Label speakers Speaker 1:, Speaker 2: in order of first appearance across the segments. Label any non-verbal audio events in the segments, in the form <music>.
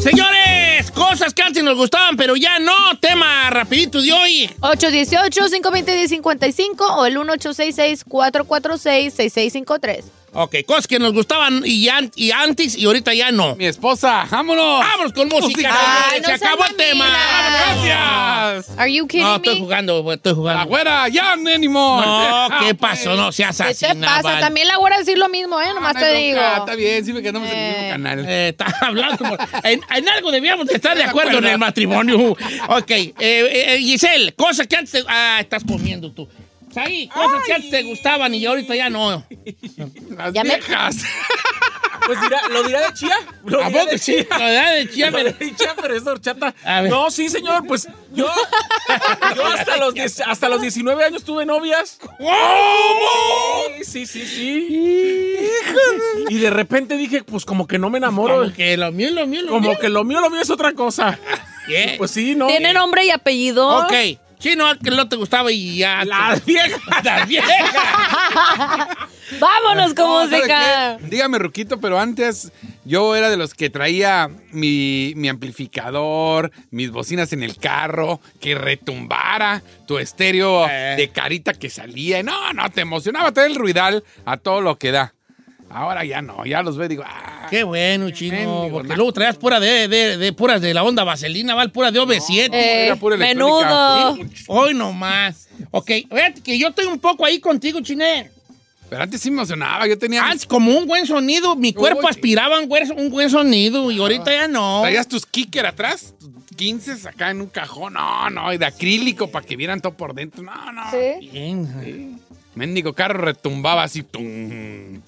Speaker 1: Señores, cosas que antes nos gustaban, pero ya no. Tema rapidito de hoy.
Speaker 2: 818-520-1055 o el 1866-446-6653.
Speaker 1: Ok, cosas que nos gustaban y, an- y antes y ahorita ya no.
Speaker 3: Mi esposa, vámonos.
Speaker 1: Vamos con música.
Speaker 2: Música. Ay,
Speaker 1: señores.
Speaker 2: no
Speaker 1: Se
Speaker 2: sean
Speaker 1: acabó el
Speaker 2: mamilas.
Speaker 1: tema.
Speaker 3: Gracias.
Speaker 2: Are you kidding
Speaker 1: No, estoy
Speaker 2: me?
Speaker 1: jugando, estoy jugando.
Speaker 3: Agüera, ya, ánimo.
Speaker 1: No, ¿qué pasó? No seas
Speaker 2: ¿Qué
Speaker 1: así,
Speaker 2: te pasa?
Speaker 1: Naval.
Speaker 2: También la voy a decir lo mismo, ¿eh? Nomás
Speaker 3: No
Speaker 2: te
Speaker 3: hay
Speaker 2: digo.
Speaker 3: bronca, Está bien, sí me quedamos en el
Speaker 2: Eh.
Speaker 3: mismo canal.
Speaker 1: Eh, está <laughs> hablando como- en, en algo debíamos de estar de acuerdo en el matrimonio. Ok, eh, eh, Giselle, cosas que antes... te- ah, estás comiendo tú. Ahí, cosas que antes te gustaban y ahorita ya no.
Speaker 3: Las
Speaker 2: Ya me-
Speaker 3: viejas.
Speaker 4: <laughs> Pues dirá, lo dirá de chía. Lo
Speaker 1: ¿A
Speaker 4: dirá
Speaker 1: poco
Speaker 4: de
Speaker 1: sí?
Speaker 4: chía.
Speaker 1: La edad de chía,
Speaker 4: Lo dirá
Speaker 1: pero-
Speaker 4: de chía, pero es horchata.
Speaker 1: A ver.
Speaker 4: No, sí, señor, pues yo,
Speaker 3: <laughs>
Speaker 4: yo hasta, los, diez- hasta los 19 años tuve novias. Sí, sí, sí, sí. Y de repente dije, pues como que no me enamoro.
Speaker 1: Como que lo mío, lo mío, lo mío.
Speaker 4: Como que lo mío, lo mío es otra cosa.
Speaker 1: ¿Qué?
Speaker 4: Pues sí, no.
Speaker 2: ¿Tiene nombre y apellido?
Speaker 1: Ok. Sí, no, que no te gustaba y ya.
Speaker 4: Las viejas.
Speaker 1: Las viejas.
Speaker 2: <laughs> ¡Vámonos con
Speaker 3: No, ¿sabe
Speaker 2: música!
Speaker 3: qué? Dígame, Ruquito, pero antes yo era de los que traía mi, mi amplificador, mis bocinas en el carro, que retumbara tu estéreo
Speaker 1: Eh.
Speaker 3: de carita que salía. Y No, no, te emocionaba traer el ruidal a todo lo que da. Ahora ya no, ya los veo y digo, ah,
Speaker 1: <laughs> Qué bueno, chino.
Speaker 3: Mendigo,
Speaker 1: Porque
Speaker 3: na-
Speaker 1: luego traías pura de, de, de puras de la onda vaselina, ¿vale? Pura de OV7.
Speaker 2: Eh,
Speaker 3: Era pura
Speaker 2: menudo.
Speaker 3: electrónica.
Speaker 1: Hoy nomás. Ok, fíjate que yo estoy un poco ahí contigo, chiné.
Speaker 3: Pero antes sí me emocionaba, yo tenía...
Speaker 1: Antes, Ah, como un buen sonido, mi cuerpo
Speaker 3: Oye.
Speaker 1: aspiraba un buen, un buen sonido y ahorita ya no.
Speaker 3: Traías tus kicker atrás, tus 15 acá en un cajón, no, no, y de acrílico para que vieran todo por dentro, no, no.
Speaker 2: Sí.
Speaker 1: Bien.
Speaker 3: Mendigo carro retumbaba así. tum,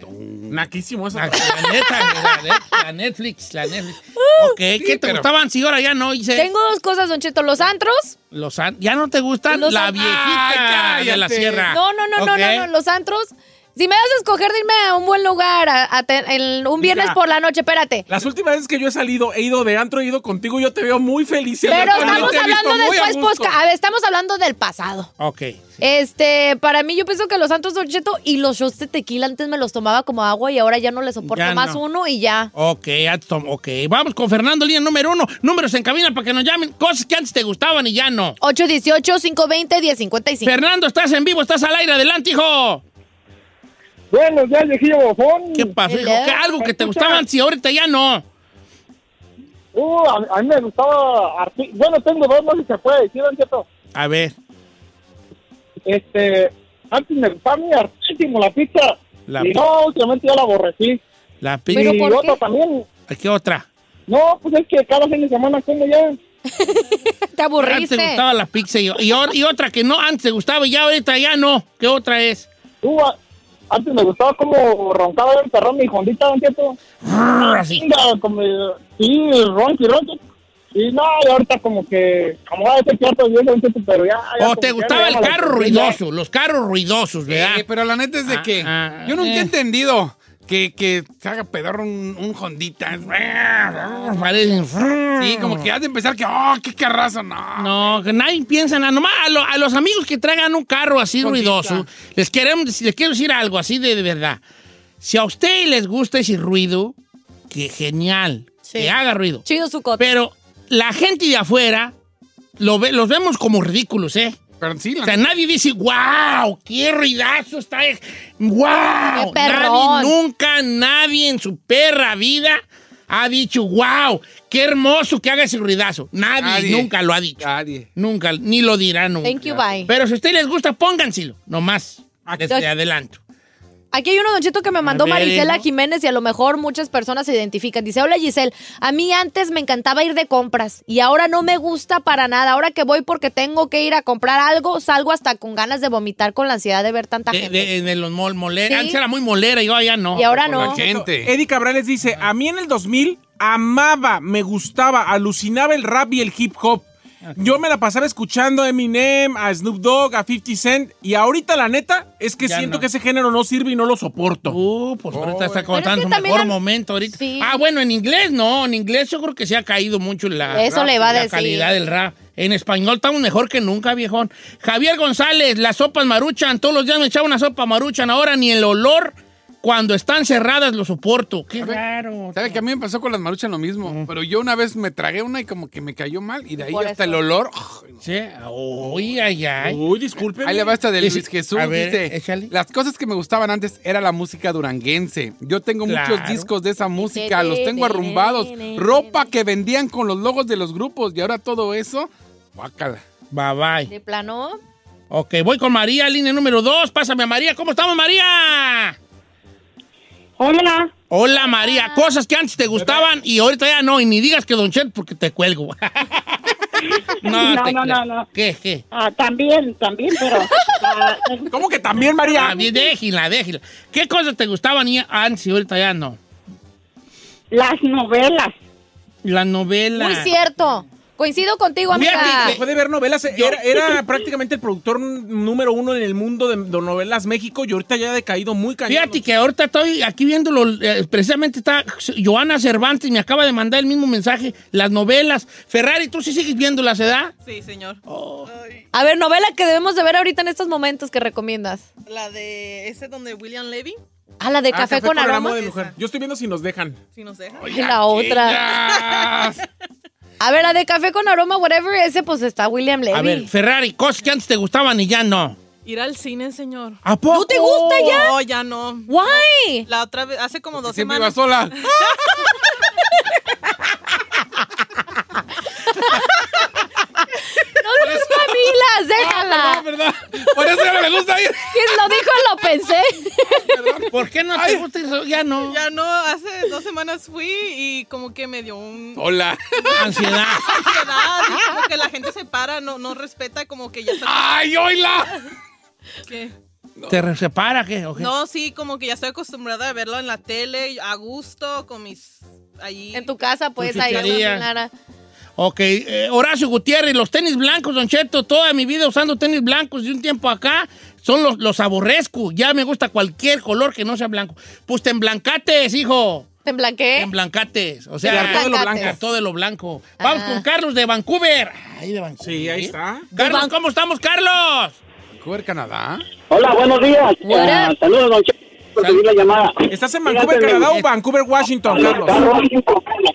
Speaker 3: tum.
Speaker 4: Naquísimo eso.
Speaker 1: La, la neta, la, net- la Netflix, la Netflix. ok, ¿qué te
Speaker 3: pero-
Speaker 1: gustaban? Sí, ahora ya no hice.
Speaker 2: Uh, Tengo dos cosas, Don Cheto. ¿Los antros?
Speaker 1: Los an- ya no te gustan
Speaker 2: Los
Speaker 1: la
Speaker 2: an-
Speaker 1: viejita
Speaker 3: Ay,
Speaker 1: de la
Speaker 3: cállate.
Speaker 1: sierra.
Speaker 2: No, no, no,
Speaker 1: Ok.
Speaker 2: no, no, no. Los antros. Si me das a escoger, dime a un buen lugar, a- a te- el- un viernes por la noche, espérate.
Speaker 4: Las últimas veces que yo he salido, he ido de antro, he ido contigo, yo te veo muy feliz.
Speaker 2: Pero
Speaker 3: yo también
Speaker 2: estamos
Speaker 3: te he visto
Speaker 2: hablando
Speaker 3: muy a
Speaker 2: después,
Speaker 3: gusto.
Speaker 2: posca. A ver, estamos hablando del pasado.
Speaker 1: Ok.
Speaker 2: Este, para mí yo pienso que los antros Don Cheto y los shots de tequila antes me los tomaba como agua y ahora ya no le soporto
Speaker 1: Ya
Speaker 2: más
Speaker 1: no.
Speaker 2: uno y ya.
Speaker 1: Ok, ya tom- ok. Vamos con Fernando Lía, número uno. Números en cabina para que nos llamen. Cosas que antes te gustaban y ya no.
Speaker 2: 818-520-1055.
Speaker 1: Fernando, estás en vivo, estás al aire. Adelante, hijo.
Speaker 5: Bueno, ya viejillo bofón.
Speaker 1: ¿Qué pasó, hijo?
Speaker 2: Hello.
Speaker 1: ¿Qué- algo que te
Speaker 5: Escucha.
Speaker 1: gustaban si ahorita ya no.
Speaker 5: Uh, a, a mí me gustaba. arti- Bueno, tengo dos, no sé si se puede decir, don Cheto.
Speaker 1: A ver,
Speaker 5: Este, antes me gustaba mi artísimo la pizza.
Speaker 1: La
Speaker 5: y no, últimamente ya la aborrecí.
Speaker 1: la
Speaker 2: Pero
Speaker 1: pizza.
Speaker 5: y
Speaker 2: ¿por
Speaker 5: otra
Speaker 2: qué?
Speaker 5: también.
Speaker 1: ¿Qué otra?
Speaker 5: No, pues es que cada fin de semana como ya.
Speaker 2: Te
Speaker 1: Antes te
Speaker 2: aburriste.
Speaker 1: gustaba la pizza y, y or- y otra que no, antes te gustaba y ya ahorita ya no. ¿Qué otra es?
Speaker 5: Uh, a- antes me gustaba como roncaba el perrón mi jondita, don Cheto.
Speaker 1: Así.
Speaker 5: Venga, como. Sí, ronqui, ronqui. Y no, y ahorita como que. Como va a ser cierto, bien, don Cheto, pero ya. ya como que
Speaker 1: O Oh, te
Speaker 5: ya
Speaker 1: gustaba
Speaker 5: me
Speaker 1: el
Speaker 5: llama la
Speaker 1: carro
Speaker 5: atención, ya.
Speaker 1: ruidoso, los carros ruidosos, ¿verdad?
Speaker 3: Eh, pero la neta es de
Speaker 1: Ah,
Speaker 3: que
Speaker 1: ah,
Speaker 3: yo nunca
Speaker 1: eh.
Speaker 3: he entendido que, que se haga pedorro un, un Hondita.
Speaker 1: Parecen.
Speaker 3: Sí, como que has de empezar que, oh, qué carrazo, no.
Speaker 1: No, que nadie piensa nada. Nomás a, lo- a los amigos que traigan un carro así ruidoso, les, queremos, les quiero decir algo así de, de verdad. Si a ustedes les gusta ese ruido, que genial,
Speaker 2: Sí.
Speaker 1: que haga ruido.
Speaker 2: Chido su cote.
Speaker 1: Pero la gente de afuera lo ve- los vemos como ridículos, ¿eh?
Speaker 3: Pero sí, la
Speaker 1: O sea,
Speaker 3: neta,
Speaker 1: nadie dice, wow, qué ruidazo está. e- ¡Wow!
Speaker 2: ¡Qué perrón!
Speaker 1: Nadie, nunca, nadie en su perra vida ha dicho, wow, qué hermoso que haga ese ruidazo? Nadie,
Speaker 3: Nadie.
Speaker 1: nunca lo ha dicho.
Speaker 3: Nadie.
Speaker 1: Nunca, ni lo dirá nunca.
Speaker 2: Thank you, bye.
Speaker 1: Pero si a ustedes les gusta, pónganselo, nomás. Desde adelanto.
Speaker 2: Aquí hay uno, Don Cheto, que me mandó
Speaker 1: ver,
Speaker 2: Marisela
Speaker 1: ¿no?
Speaker 2: Jiménez y a lo mejor muchas personas se identifican. Dice, hola Giselle, a mí antes me encantaba ir de compras y ahora no me gusta para nada. Ahora que voy porque tengo que ir a comprar algo, salgo hasta con ganas de vomitar con la ansiedad de ver tanta
Speaker 1: De,
Speaker 2: gente.
Speaker 1: de- de los mol, molera.
Speaker 2: Sí.
Speaker 1: Antes era muy molera, yo ya no.
Speaker 2: y ahora
Speaker 3: Por
Speaker 2: no.
Speaker 3: la gente.
Speaker 4: Eddie Cabrales dice, a mí en el 2000 amaba, me gustaba, alucinaba el rap y el hip hop. Yo me la pasaba escuchando a Eminem, a Snoop Dogg, a 50 Cent y ahorita la neta es que
Speaker 1: Ya
Speaker 4: siento
Speaker 1: no.
Speaker 4: que ese género no sirve y no lo soporto.
Speaker 1: Uh, pues ahorita está contando
Speaker 2: Pero es
Speaker 1: su
Speaker 2: que también
Speaker 1: mejor
Speaker 2: han-
Speaker 1: momento ahorita.
Speaker 2: Sí.
Speaker 1: Ah, bueno, en inglés no, en inglés yo creo que se ha caído mucho la,
Speaker 2: Eso le va a
Speaker 1: la
Speaker 2: decir.
Speaker 1: calidad del rap. En español estamos mejor que nunca, viejón. Javier González, las sopas maruchan, todos los días me echaba una sopa maruchan, ahora ni el olor cuando están cerradas lo soporto. Qué
Speaker 3: ¿Sabe-
Speaker 1: raro.
Speaker 3: ¿Sabe que a mí me pasó con las maruchas lo mismo? Pero yo una vez me tragué una y como que me cayó mal y de ahí
Speaker 2: Por
Speaker 3: hasta
Speaker 2: eso.
Speaker 3: el olor. ¡ah!
Speaker 1: Sí, uy, ay, ay.
Speaker 4: Uy, disculpe.
Speaker 3: Ahí le va esta de
Speaker 1: Dice-
Speaker 3: Luis Jesús.
Speaker 1: a ver,
Speaker 3: dice,
Speaker 1: échale.
Speaker 3: las cosas que me gustaban antes era la música duranguense. Yo tengo muchos
Speaker 1: Claro.
Speaker 3: discos de esa música, los tengo arrumbados. Ropa que vendían con los logos de los grupos y ahora todo eso, guácala.
Speaker 1: Bye bye.
Speaker 2: De plano.
Speaker 1: Ok, voy con María, línea número dos. Pásame a María. ¿Cómo estamos, María?
Speaker 5: Hola.
Speaker 1: Hola
Speaker 2: Ah.
Speaker 1: María, cosas que antes te gustaban y ahorita ya no, y ni digas que Don Chet porque te cuelgo. <laughs>
Speaker 5: No,
Speaker 1: te
Speaker 5: no, no,
Speaker 1: creas.
Speaker 5: no.
Speaker 1: ¿Qué, qué?
Speaker 5: Ah, también, también, pero... ah,
Speaker 4: ¿Cómo que también, María?
Speaker 1: Ah, bien, déjila, déjila. ¿Qué cosas te gustaban y- antes y ahorita ya no?
Speaker 5: las novelas.
Speaker 1: La novela.
Speaker 2: Muy cierto. Coincido contigo, amiga.
Speaker 1: Fíjate
Speaker 4: Dejó de ver novelas. Era,
Speaker 3: <laughs>
Speaker 4: era prácticamente el productor número uno en el mundo de de novelas México y ahorita ya ha decaído muy cañón.
Speaker 1: Fíjate que ahorita estoy aquí viéndolo, eh, precisamente está Joana Cervantes, me acaba de mandar el mismo mensaje, las novelas. Ferrari, ¿tú sí sigues viendo la edad?
Speaker 6: Sí, señor. Ay,
Speaker 2: A ver, novela que debemos de ver ahorita en estos momentos que recomiendas.
Speaker 6: la de ese donde William Levy,
Speaker 2: Ah, la de
Speaker 4: Ah,
Speaker 2: café, con, aroma.
Speaker 4: de mujer. Yo estoy viendo si nos dejan.
Speaker 6: si nos deja.
Speaker 2: Ay, la otra. <laughs> A ver, la de café con aroma, whatever, ese pues está William Levy.
Speaker 1: A ver, Ferrari, cosas que antes te gustaban y ya no.
Speaker 6: Ir al cine, señor.
Speaker 1: ¿A poco?
Speaker 2: ¿No te gusta ya?
Speaker 6: No, ya no.
Speaker 2: Why?
Speaker 6: La otra vez, hace como dos
Speaker 3: Siempre iba
Speaker 6: semanas.
Speaker 3: sola.
Speaker 2: No digas mamilas, déjala.
Speaker 3: ¿Verdad? Por eso ya no le gusta ir.
Speaker 2: Quien lo dijo lo pensé.
Speaker 1: ¿Por qué no te gusta eso? Ya no.
Speaker 6: Ya no, hace dos semanas fui y como que me dio un
Speaker 3: <laughs> Hola.
Speaker 1: Ansiedad.
Speaker 6: ansiedad, y como que la gente se para, no, no respeta, como que ya está.
Speaker 3: ¡Ay, hola!
Speaker 6: ¿Qué?
Speaker 1: ¿Te separa qué? ¿O qué?
Speaker 6: No, sí, como que ya estoy acostumbrada a verlo en la tele, a gusto, con mis allí.
Speaker 2: En tu casa, pues, ahí.
Speaker 1: Cuchichería.
Speaker 2: Lara.
Speaker 1: Ok, eh, Horacio Gutiérrez, los tenis blancos, Don Cheto, toda mi vida usando tenis blancos de un tiempo acá, son los, los aborrezco. Ya me gusta cualquier color que no sea blanco. Pues te emblancates, hijo.
Speaker 2: ¿Te
Speaker 1: Te
Speaker 2: emblanqué?
Speaker 1: emblancates. O
Speaker 4: Te
Speaker 1: sea,
Speaker 4: hartó de lo
Speaker 2: Emblancates.
Speaker 4: blanco.
Speaker 1: todo de lo blanco. Vamos
Speaker 2: Ah.
Speaker 1: con Carlos de Vancouver. Ahí de Vancouver.
Speaker 4: Sí, ahí está.
Speaker 1: Carlos, ¿cómo estamos, Carlos?
Speaker 3: Vancouver, Canadá.
Speaker 5: Hola, buenos días.
Speaker 2: Hola.
Speaker 5: Ah, saludos, don Che, por
Speaker 1: Sal-
Speaker 5: seguir la llamada.
Speaker 4: ¿Estás en Vancouver,
Speaker 5: Fíjate,
Speaker 4: Canadá
Speaker 5: me-
Speaker 4: o Vancouver, Washington, Carlos?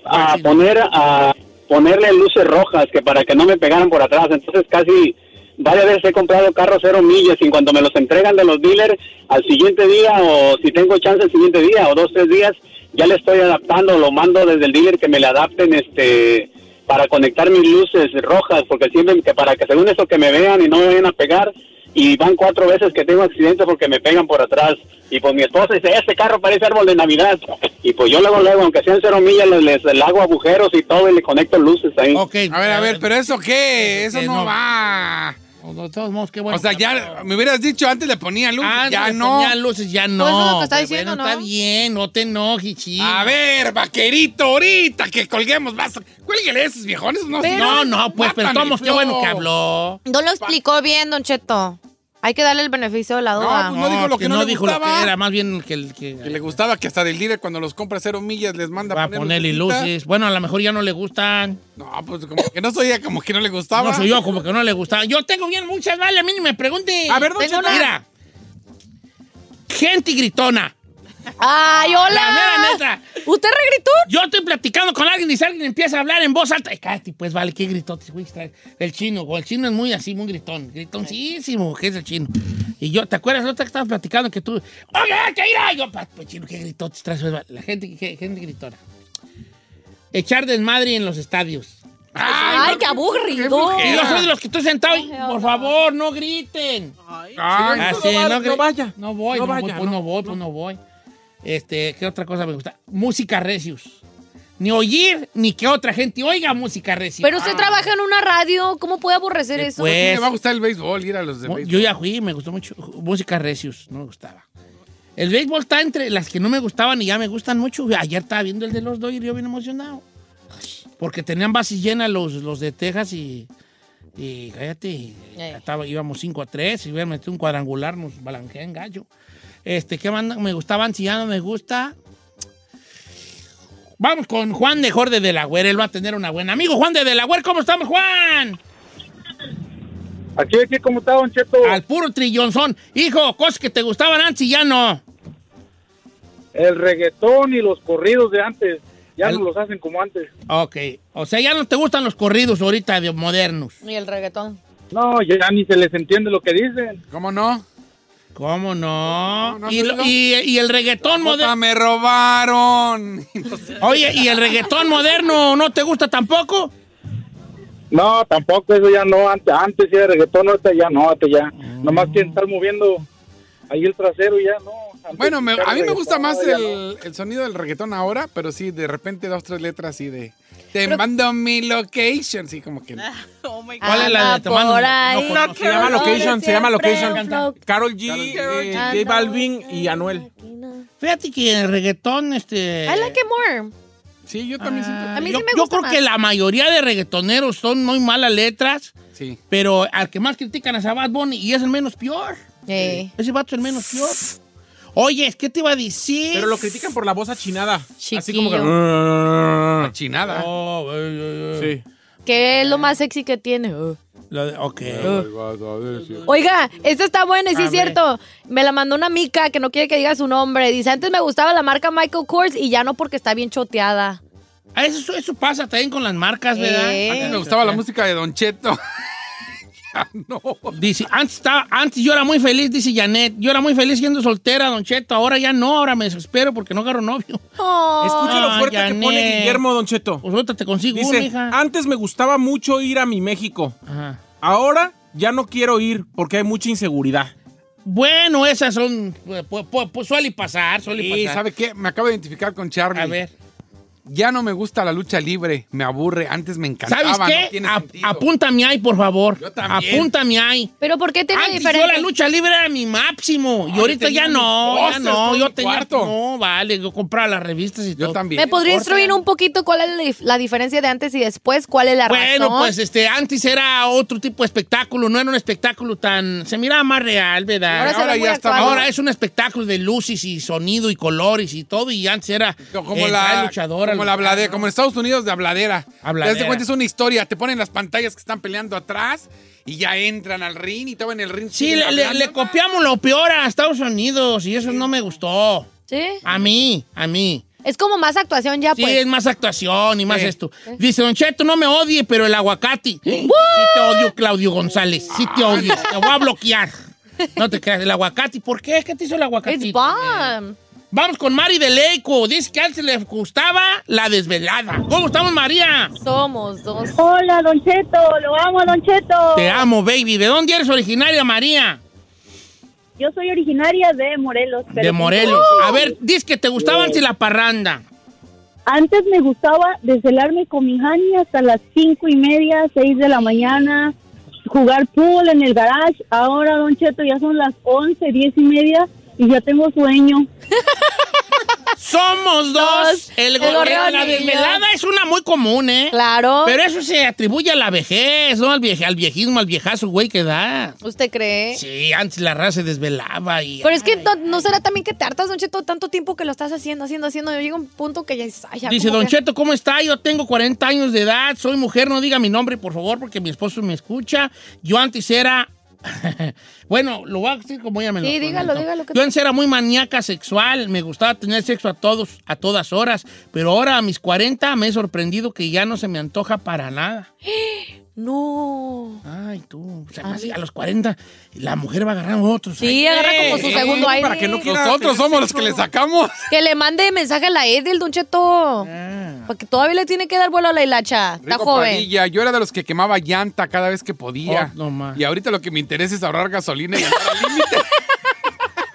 Speaker 5: A poner, a ponerle luces rojas que para que no me pegaran por atrás. Entonces casi varias veces he comprado carros cero millas y en cuanto me los entregan de los dealers al siguiente día o si tengo chance el siguiente día o dos, tres días, ya le estoy adaptando, lo mando desde el dealer que me le adapten este para conectar mis luces rojas porque siempre que para que según eso que me vean y no me vayan a pegar y van cuatro veces que tengo accidentes porque me pegan por atrás. Y pues mi esposa dice, este carro parece árbol de Navidad. Y pues yo luego, luego, aunque sean cero millas, les, les- les hago agujeros y todo y le conecto luces ahí.
Speaker 1: Ok.
Speaker 3: A ver, a ver, pero ¿eso qué? Eso
Speaker 1: Eh,
Speaker 3: no,
Speaker 1: no.
Speaker 3: va.
Speaker 1: Pues, De todos modos, qué bueno.
Speaker 3: O sea, ya me hubieras dicho antes le ponía luz.
Speaker 1: Ah,
Speaker 3: ya
Speaker 1: le
Speaker 3: no.
Speaker 1: ponía luces, ya no.
Speaker 2: Pues eso es lo que está
Speaker 1: pero
Speaker 2: diciendo,
Speaker 1: bueno,
Speaker 2: ¿no?
Speaker 1: Está bien, no te enojes, chico.
Speaker 3: A ver, vaquerito, ahorita que colguemos, vas. Cuélguele a esos viejones, no
Speaker 2: Pero-
Speaker 1: No, no, pues, pero
Speaker 3: Mátame,
Speaker 1: todos, qué
Speaker 3: Flo.
Speaker 1: bueno que habló.
Speaker 2: No lo explicó bien, Don Cheto. Hay que darle el beneficio de la duda.
Speaker 3: No, pues, dijo lo que no le
Speaker 1: dijo lo que
Speaker 3: gustaba.
Speaker 1: era, más bien que el que,
Speaker 3: Que le gustaba que hasta del líder cuando los compra cero millas les manda
Speaker 1: va a ponerle
Speaker 3: lucecita.
Speaker 1: luces. Bueno, a lo mejor ya no le gustan.
Speaker 3: No, pues como que no soy como que no le gustaba.
Speaker 1: No soy yo, como que no le gustaban. Yo tengo bien muchas, vale, a mí ni me pregunte.
Speaker 4: A ver, don Tengo Cheto. una.
Speaker 1: Mira, gente gritona.
Speaker 2: ¡Ay,
Speaker 1: La mera
Speaker 2: hola!
Speaker 1: neta.
Speaker 2: ¿Usted regritó?
Speaker 1: Yo estoy platicando con alguien y si alguien empieza a hablar en voz alta, ay, cállate, pues vale, qué gritotes, güey. trae. El chino, o el chino es muy así, muy gritón, gritoncísimo, que es el chino. Y yo, ¿te acuerdas la otra que estabas platicando que tú, oye, que irá? Y yo, "Pa, pues chino, qué gritotes traes, pues, vale". La gente, que- gente gritona. echar desmadre en los estadios.
Speaker 2: Ay, qué aburrido.
Speaker 1: Y yo soy de los que estoy sentado y, por favor, no griten.
Speaker 3: Ay,
Speaker 1: Ah,
Speaker 4: no
Speaker 1: sí,
Speaker 4: va-
Speaker 1: gri-
Speaker 4: no vaya.
Speaker 1: No voy, no,
Speaker 4: No
Speaker 1: voy,
Speaker 4: vaya,
Speaker 1: pues no,
Speaker 4: no,
Speaker 1: voy, pues no voy. Este, ¿qué otra cosa me gusta? Música recius. Ni oír, ni que otra gente oiga música recius.
Speaker 2: Pero usted trabaja en una radio, ¿cómo puede aborrecer
Speaker 1: Eh,
Speaker 2: eso?
Speaker 1: pues,
Speaker 3: me va a gustar el béisbol, ir a los de
Speaker 1: Mu-
Speaker 3: béisbol.
Speaker 1: Yo ya fui, me gustó mucho. Música Recius, no me gustaba. El béisbol está entre las que no me gustaban y ya me gustan mucho. Ayer estaba viendo el de los Dodgers yo bien emocionado. Porque tenían bases llenas los, los de Texas y. Y cállate, y
Speaker 2: Ey.
Speaker 1: estaba- íbamos 5 a 3, y hubieran metido un cuadrangular, nos balanquean gallo. Este, ¿qué banda me gustaban? Si ya no me gusta. Vamos con Juan de Jorge de Delaware, él va a tener una buena. Amigo Juan de Delaware, ¿cómo estamos, Juan?
Speaker 5: Aquí, aquí, ¿cómo está, Don Cheto?
Speaker 1: Al puro trillonzón. Hijo, cosas que te gustaban antes y ya no.
Speaker 5: El reggaetón y los corridos de antes. Ya
Speaker 1: El-
Speaker 5: no los hacen como antes.
Speaker 1: Ok. O sea, ya no te gustan los corridos ahorita de modernos.
Speaker 2: Y el reggaetón.
Speaker 5: No, ya ni se les entiende lo que dicen.
Speaker 3: ¿Cómo no?
Speaker 1: ¿Cómo no?
Speaker 3: No, no,
Speaker 1: y,
Speaker 3: no,
Speaker 1: lo-
Speaker 3: no.
Speaker 1: y- y el reggaetón
Speaker 3: Puta,
Speaker 1: moderno.
Speaker 3: Ah, me robaron. <laughs>
Speaker 1: Oye, ¿y el reggaetón moderno no te gusta tampoco?
Speaker 5: No, tampoco, eso ya no. Antes, antes era reggaetón, ahorita ya no, ahorita ya.
Speaker 3: Mm.
Speaker 5: Nomás quieren estar moviendo ahí el trasero y ya no. Antes
Speaker 3: Bueno, me-
Speaker 5: era
Speaker 3: a mí me gusta
Speaker 5: reggaetón,
Speaker 3: más
Speaker 5: ya
Speaker 3: el, el sonido del reggaetón ahora, pero sí, de repente dos, tres letras así de... Te mando mi location, sí, como que...
Speaker 6: Oh my
Speaker 1: ¿Cuál
Speaker 6: God.
Speaker 1: es la de
Speaker 2: Anda
Speaker 1: te mando-
Speaker 2: por
Speaker 1: no
Speaker 2: ahí.
Speaker 1: conozco.
Speaker 4: Se llama Location, se llama
Speaker 2: Siempre
Speaker 4: Location.
Speaker 2: un flow.
Speaker 4: Carol G, eh, J Balvin y Anuel.
Speaker 1: Fíjate que el reggaetón, este.
Speaker 2: I like it more.
Speaker 3: Sí, yo también siempre...
Speaker 2: A mí
Speaker 1: yo,
Speaker 2: sí me
Speaker 1: yo
Speaker 2: gusta
Speaker 1: creo
Speaker 2: más.
Speaker 1: que la mayoría de reggaetoneros son muy malas letras,
Speaker 3: Sí.
Speaker 1: pero al que más critican es a Bad Bunny y es el menos peor.
Speaker 2: Eh,
Speaker 1: Ese vato es el menos peor. Oye, ¿qué te iba a decir?
Speaker 4: Pero lo critican por la voz achinada. Así
Speaker 2: Chiquillo.
Speaker 4: como
Speaker 1: uh.
Speaker 4: que.
Speaker 3: Chinada.
Speaker 1: Oh, ay, ay, ay.
Speaker 4: Sí.
Speaker 2: que es lo más sexy que tiene. Uh.
Speaker 1: Lo de- ok.
Speaker 4: Ah,
Speaker 1: Ah,
Speaker 2: Oiga, esta está buena, y sí
Speaker 1: A
Speaker 2: es cierto. Me la mandó una mica que no quiere que diga su nombre. Dice, antes me gustaba la marca Michael Kors y ya no porque está bien choteada.
Speaker 1: Ah, Eso, eso pasa también con las marcas, ¿verdad?
Speaker 2: Eh.
Speaker 3: Antes me gustaba la música de Don Cheto. Ya no.
Speaker 1: Dice, antes, estaba, antes yo era muy feliz, dice Janet. Yo era muy feliz siendo soltera, Don Cheto. Ahora ya no, ahora me desespero porque no agarro novio. <laughs> Oh.
Speaker 4: Escucha lo fuerte que
Speaker 1: Janet.
Speaker 4: pone Guillermo Don Cheto.
Speaker 1: Pues ahorita te consigo una,
Speaker 4: Dice: "Ah,
Speaker 1: hija.
Speaker 4: Antes me gustaba mucho ir a mi México.
Speaker 1: Ajá.
Speaker 4: Ahora ya no quiero ir porque hay mucha inseguridad.
Speaker 1: Bueno, esas son. Pues, pues- pues suele pasar, suele
Speaker 3: Y
Speaker 1: pasar.
Speaker 3: ¿sabe qué? Me acabo de identificar con Charlie.
Speaker 1: A ver.
Speaker 3: Ya no me gusta la lucha libre, me aburre. Antes me encantaba.
Speaker 1: ¿Sabes
Speaker 3: no
Speaker 1: qué?
Speaker 3: tiene
Speaker 1: A-
Speaker 3: sentido.
Speaker 1: apunta mi ahí, por favor.
Speaker 3: Yo también.
Speaker 1: Apunta mi ahí.
Speaker 2: Pero ¿por qué tiene
Speaker 1: Antes yo
Speaker 2: diferente?
Speaker 1: la lucha libre era mi máximo. y
Speaker 3: Ay,
Speaker 1: ahorita
Speaker 3: tenía
Speaker 1: ya
Speaker 3: mis
Speaker 1: no, ya
Speaker 3: cosas,
Speaker 1: no.
Speaker 3: todo
Speaker 1: Yo
Speaker 3: mi
Speaker 1: tenía.
Speaker 3: cuarto.
Speaker 1: No, vale, yo compraba las revistas y todo.
Speaker 3: Yo también.
Speaker 2: ¿Me podría
Speaker 1: Corta.
Speaker 2: instruir un poquito cuál es la dif- la diferencia de antes y después? ¿Cuál es la
Speaker 1: Bueno,
Speaker 2: razón?
Speaker 1: pues este, antes era otro tipo de espectáculo, no era un espectáculo tan. Se miraba más real, ¿verdad?
Speaker 2: ahora se
Speaker 3: ahora
Speaker 2: ve muy
Speaker 3: ya está-
Speaker 2: actual.
Speaker 1: Ahora es un espectáculo de luces y sonido y colores y todo, y antes era
Speaker 3: Como
Speaker 1: eh,
Speaker 3: la
Speaker 1: tal luchadora.
Speaker 3: como la
Speaker 1: luchadora.
Speaker 3: bladera, como en Estados Unidos de habladera.
Speaker 1: Habladera.
Speaker 3: Te das cuenta, es una historia. Te ponen las pantallas que están peleando atrás y ya entran al ring y todo en el ring.
Speaker 1: Sí,
Speaker 3: siguen
Speaker 1: le, le-
Speaker 3: hablando.
Speaker 1: le copiamos lo peor a Estados Unidos y eso no me gustó.
Speaker 2: ¿Sí?
Speaker 1: A mí, a mí.
Speaker 2: Es como más actuación ya,
Speaker 1: Sí,
Speaker 2: pues.
Speaker 1: es más actuación y más
Speaker 3: Sí.
Speaker 1: esto. Dice, Don Cheto, no me odie, pero el aguacate. Sí te odio, Claudio González. Sí te odio. Te voy a bloquear. No te creas, el aguacate. ¿Por qué? ¿Qué te hizo el aguacate?
Speaker 2: It's bomb.
Speaker 1: Vamos con Mari de Leico. Dice que a él se le gustaba la desvelada. ¿Cómo estamos, María?
Speaker 2: Somos dos.
Speaker 7: Hola, Don Cheto, lo amo, Don Cheto.
Speaker 1: Te amo, baby. ¿De dónde eres originaria, María?
Speaker 7: Yo soy originaria de Morelos. pero-
Speaker 1: De Morelos. A ver, dice que te gustaba antes la parranda.
Speaker 7: Antes me gustaba desvelarme con mi Jani hasta las cinco y media, seis de la mañana, jugar pool en el garage. Ahora, Don Cheto, ya son las once, diez y media y ya tengo sueño.
Speaker 1: Somos dos.
Speaker 2: Dos.
Speaker 1: El,
Speaker 2: El
Speaker 1: gorrión.
Speaker 2: gorrión
Speaker 1: La
Speaker 2: y yo.
Speaker 1: desvelada es una muy común, ¿eh?
Speaker 2: Claro.
Speaker 1: Pero eso se atribuye a la vejez, ¿no? Al, vieje, al viejismo, al viejazo, güey, que da.
Speaker 2: ¿Usted cree?
Speaker 1: Sí, antes la raza se desvelaba y...
Speaker 2: Pero es que no, no será también que te hartas, Don Cheto, tanto tiempo que lo estás haciendo, haciendo, haciendo. Llega un punto que ya dices, ay, ya,
Speaker 1: Dice,
Speaker 2: como
Speaker 1: Don
Speaker 2: que-
Speaker 1: Cheto, ¿cómo está? Yo tengo 40 años de edad, soy mujer, no diga mi nombre, por favor, porque mi esposo me escucha. Yo antes era... <laughs> bueno, lo voy a decir como ella me lo
Speaker 2: Sí, dígalo,
Speaker 1: comentó.
Speaker 2: dígalo, que-
Speaker 1: Yo antes era muy maníaca sexual, me gustaba tener sexo a todos, a todas horas, pero ahora a mis 40 me he sorprendido que ya no se me antoja para nada.
Speaker 2: No.
Speaker 1: Ay, tú. O sea, más a los 40, la mujer va a agarrar otros.
Speaker 2: Ah, Sí, agarra como su segundo aire.
Speaker 4: para que no quiera
Speaker 3: Nosotros
Speaker 4: tener
Speaker 3: somos los
Speaker 4: sexo.
Speaker 3: que le sacamos.
Speaker 2: Que le mande mensaje a la Edel, Don Cheto. Porque todavía le tiene que dar vuelo a la hilacha. Está
Speaker 3: Rico
Speaker 2: joven.
Speaker 3: Padilla, Yo era de los que quemaba llanta cada vez que podía.
Speaker 1: Oh, no más.
Speaker 3: y ahorita lo que me interesa es ahorrar gasolina
Speaker 1: <laughs>
Speaker 3: y andar al límite.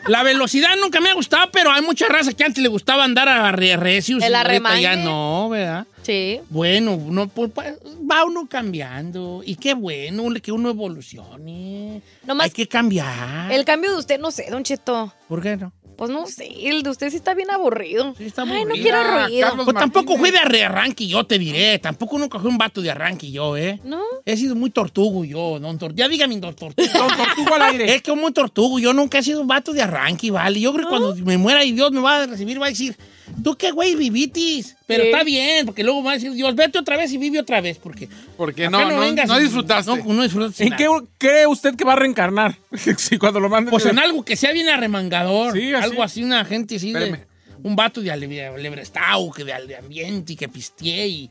Speaker 1: La velocidad nunca me ha gustado, pero hay mucha raza que antes le gustaba andar a re- recio.
Speaker 2: El
Speaker 1: y ahorita
Speaker 2: arremanga.
Speaker 1: ya no, ¿verdad?
Speaker 2: Sí.
Speaker 1: Bueno, uno, pues, pa- va uno cambiando. Y qué bueno que uno evolucione.
Speaker 2: Nomás-
Speaker 1: Hay que cambiar.
Speaker 2: El cambio de usted, no sé, Don Cheto.
Speaker 1: ¿Por qué no?
Speaker 2: Pues no sé, el de usted sí está bien aburrido.
Speaker 1: Sí, está
Speaker 2: Ay, no
Speaker 1: aburrida,
Speaker 2: quiero ruido.
Speaker 3: Carlos
Speaker 1: Pues tampoco fui
Speaker 3: Martínez.
Speaker 1: de arre- arranque, yo te diré. Tampoco nunca fui un vato de arranque, yo, ¿eh?
Speaker 2: ¿No?
Speaker 1: He sido muy tortugo yo, don Tor- Ya dígame, don Tortugo.
Speaker 4: Don Tortugo al aire.
Speaker 1: Es que muy tortugo. Yo nunca he sido un vato de arranque, ¿vale? Yo creo que cuando me muera y Dios me va a recibir, va a decir, tú qué güey vivitis. Pero
Speaker 2: Sí.
Speaker 1: está bien, porque luego va a decir, Dios, vete otra vez y vive otra vez, porque...
Speaker 3: Porque
Speaker 1: acá
Speaker 3: no, no,
Speaker 1: vengas
Speaker 3: no
Speaker 1: y-
Speaker 3: disfrutaste.
Speaker 1: No, no disfrutaste
Speaker 4: ¿En
Speaker 1: nada.
Speaker 4: qué cree usted que va a
Speaker 3: <laughs>
Speaker 4: reencarnar? si cuando lo manden.
Speaker 1: Pues en algo que sea bien arremangador.
Speaker 4: Sí, así.
Speaker 1: Algo así, una gente así de-
Speaker 3: Espérame.
Speaker 1: Un vato de ale- de alebrestau, que de, al- de ambiente y que pisteé y...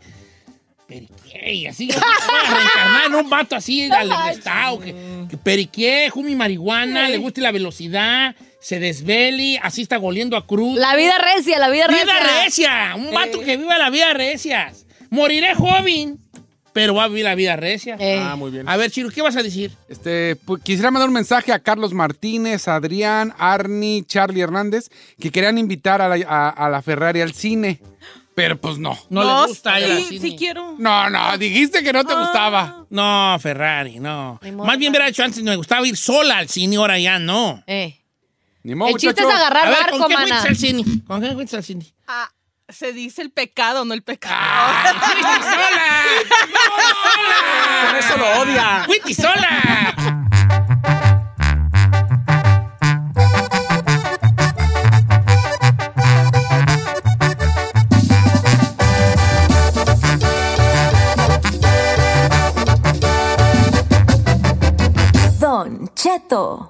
Speaker 1: Periqué y así. Yo creo que voy a reencarnar en un vato así de alebrestau, que, que periqué, jumi marihuana, le guste la velocidad, se desveli, así está goleando a cruz.
Speaker 2: La vida recia, la vida recia.
Speaker 1: ¡Vida recia! Un vato que viva la vida recia. Moriré joven, pero va a vivir la vida recia.
Speaker 2: Ey.
Speaker 3: <laughs>
Speaker 4: Ah, muy bien.
Speaker 1: A ver, Chiro, ¿qué vas a decir?
Speaker 3: Este, pu- quisiera mandar un mensaje a Carlos Martínez, Adrián, Arnie, Charlie Hernández, que querían invitar a la, a- a la Ferrari al cine. Pero pues no.
Speaker 1: No, le gusta ir al
Speaker 6: sí,
Speaker 1: cine.
Speaker 6: sí quiero.
Speaker 3: No, no, dijiste que no
Speaker 2: Ah.
Speaker 3: te gustaba.
Speaker 1: No, Ferrari, no.
Speaker 2: Ni modo,
Speaker 1: Más bien
Speaker 2: Ferrari.
Speaker 1: hubiera hecho antes, me gustaba ir sola al cine, ahora ya no.
Speaker 2: Eh.
Speaker 3: Ni modo,
Speaker 2: El chiste es
Speaker 3: muchacho.
Speaker 2: agarrar
Speaker 1: Oh, A ver,
Speaker 2: barco,
Speaker 1: ¿con qué
Speaker 2: mana.
Speaker 1: fuiste al cine? ¿Con qué fuiste al cine?
Speaker 6: Ah, se dice el pecado, no el pecado.
Speaker 1: ¡Fuiste
Speaker 2: <laughs>
Speaker 1: sola!
Speaker 4: Por eso lo odia.
Speaker 1: ¡Fuiste sola!
Speaker 8: Don Cheto.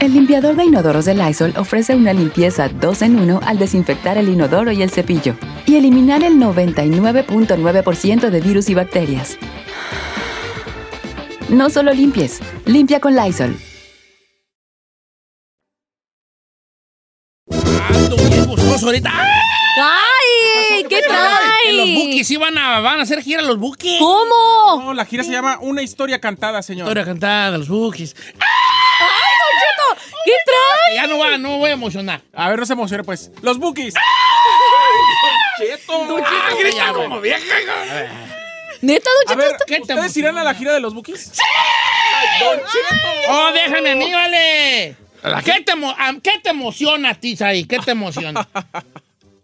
Speaker 9: El limpiador de inodoros de Lysol ofrece una limpieza 2 en 1 al desinfectar el inodoro y el cepillo y eliminar el 99.9% de virus y bacterias. No solo limpies, limpia con Lysol.
Speaker 1: Ando bien gustoso ahorita. ¡Ah!
Speaker 2: ¡Ay! ¿Qué
Speaker 1: Que los buques
Speaker 2: trae?
Speaker 1: iban a, van a hacer gira los buques.
Speaker 2: ¿Cómo?
Speaker 4: No, la gira se llama Una historia cantada, señor.
Speaker 1: Historia cantada, los buques.
Speaker 2: ¿Qué trae?
Speaker 1: Eh, Ya no va, no voy a emocionar.
Speaker 4: A ver, no se emocione, pues. Los bookies.
Speaker 1: Ah, grita como vieja.
Speaker 2: ¿Neta,
Speaker 4: A
Speaker 2: Don Cheto?
Speaker 4: ver,
Speaker 2: está-
Speaker 1: ¿Qué te
Speaker 4: ¿ustedes irán a la gira de los bookies? Don Cheto.
Speaker 1: ¡Oh, déjame a mí, vale! ¿Qué te, emo- am- ¿Qué te emociona a ti, Saí? ¿Qué te emociona?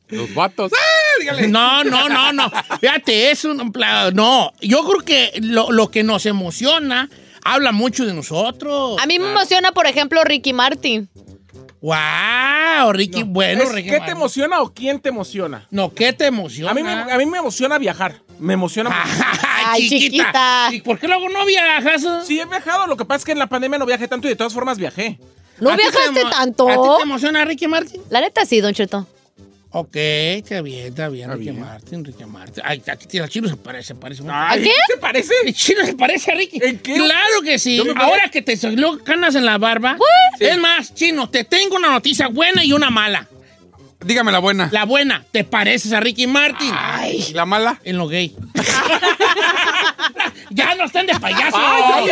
Speaker 3: Los vatos. ¡Ah! Dígale.
Speaker 1: No, no, no, no. Fíjate, es un pla- No, yo creo que lo, lo que nos emociona habla mucho de nosotros.
Speaker 2: A mí me emociona, por ejemplo, Ricky Martin.
Speaker 1: ¡Wow! Ricky, bueno,
Speaker 4: Es,
Speaker 1: Ricky.
Speaker 4: ¿Qué te
Speaker 1: Martin.
Speaker 4: emociona o quién te emociona?
Speaker 1: No, ¿qué te emociona?
Speaker 4: A mí, me,
Speaker 1: <laughs>
Speaker 4: a mí me emociona viajar. Me emociona.
Speaker 2: Ah. Ay, chiquita.
Speaker 1: ¿Y por qué luego no viajas?
Speaker 4: Sí, he viajado. Lo que pasa es que en la pandemia no viajé tanto y de todas formas viajé.
Speaker 2: ¿No
Speaker 1: ¿A ti te
Speaker 2: viajaste
Speaker 1: emo-
Speaker 2: tanto?
Speaker 1: ¿A ti te emociona Ricky Martin?
Speaker 2: La neta sí, Don Cheto.
Speaker 1: Ok, está bien, está bien, Ricky Martin, Ricky Martin. Ay, aquí tiene el chino, se parece, se parece. mucho.
Speaker 4: Ay,
Speaker 2: qué?
Speaker 4: ¿Te parece?
Speaker 1: El chino se parece a Ricky.
Speaker 4: ¿En qué?
Speaker 1: Claro que sí.
Speaker 4: Yo me
Speaker 1: Ahora que te salió canas en la barba.
Speaker 4: Sí.
Speaker 1: Es más, chino, te tengo una noticia buena y una mala.
Speaker 3: Dígame la buena. La,
Speaker 1: La buena, te pareces a Ricky Martin.
Speaker 3: mala.
Speaker 1: En
Speaker 4: <laughs>
Speaker 1: lo gay. ya no están de payaso.
Speaker 4: Ay,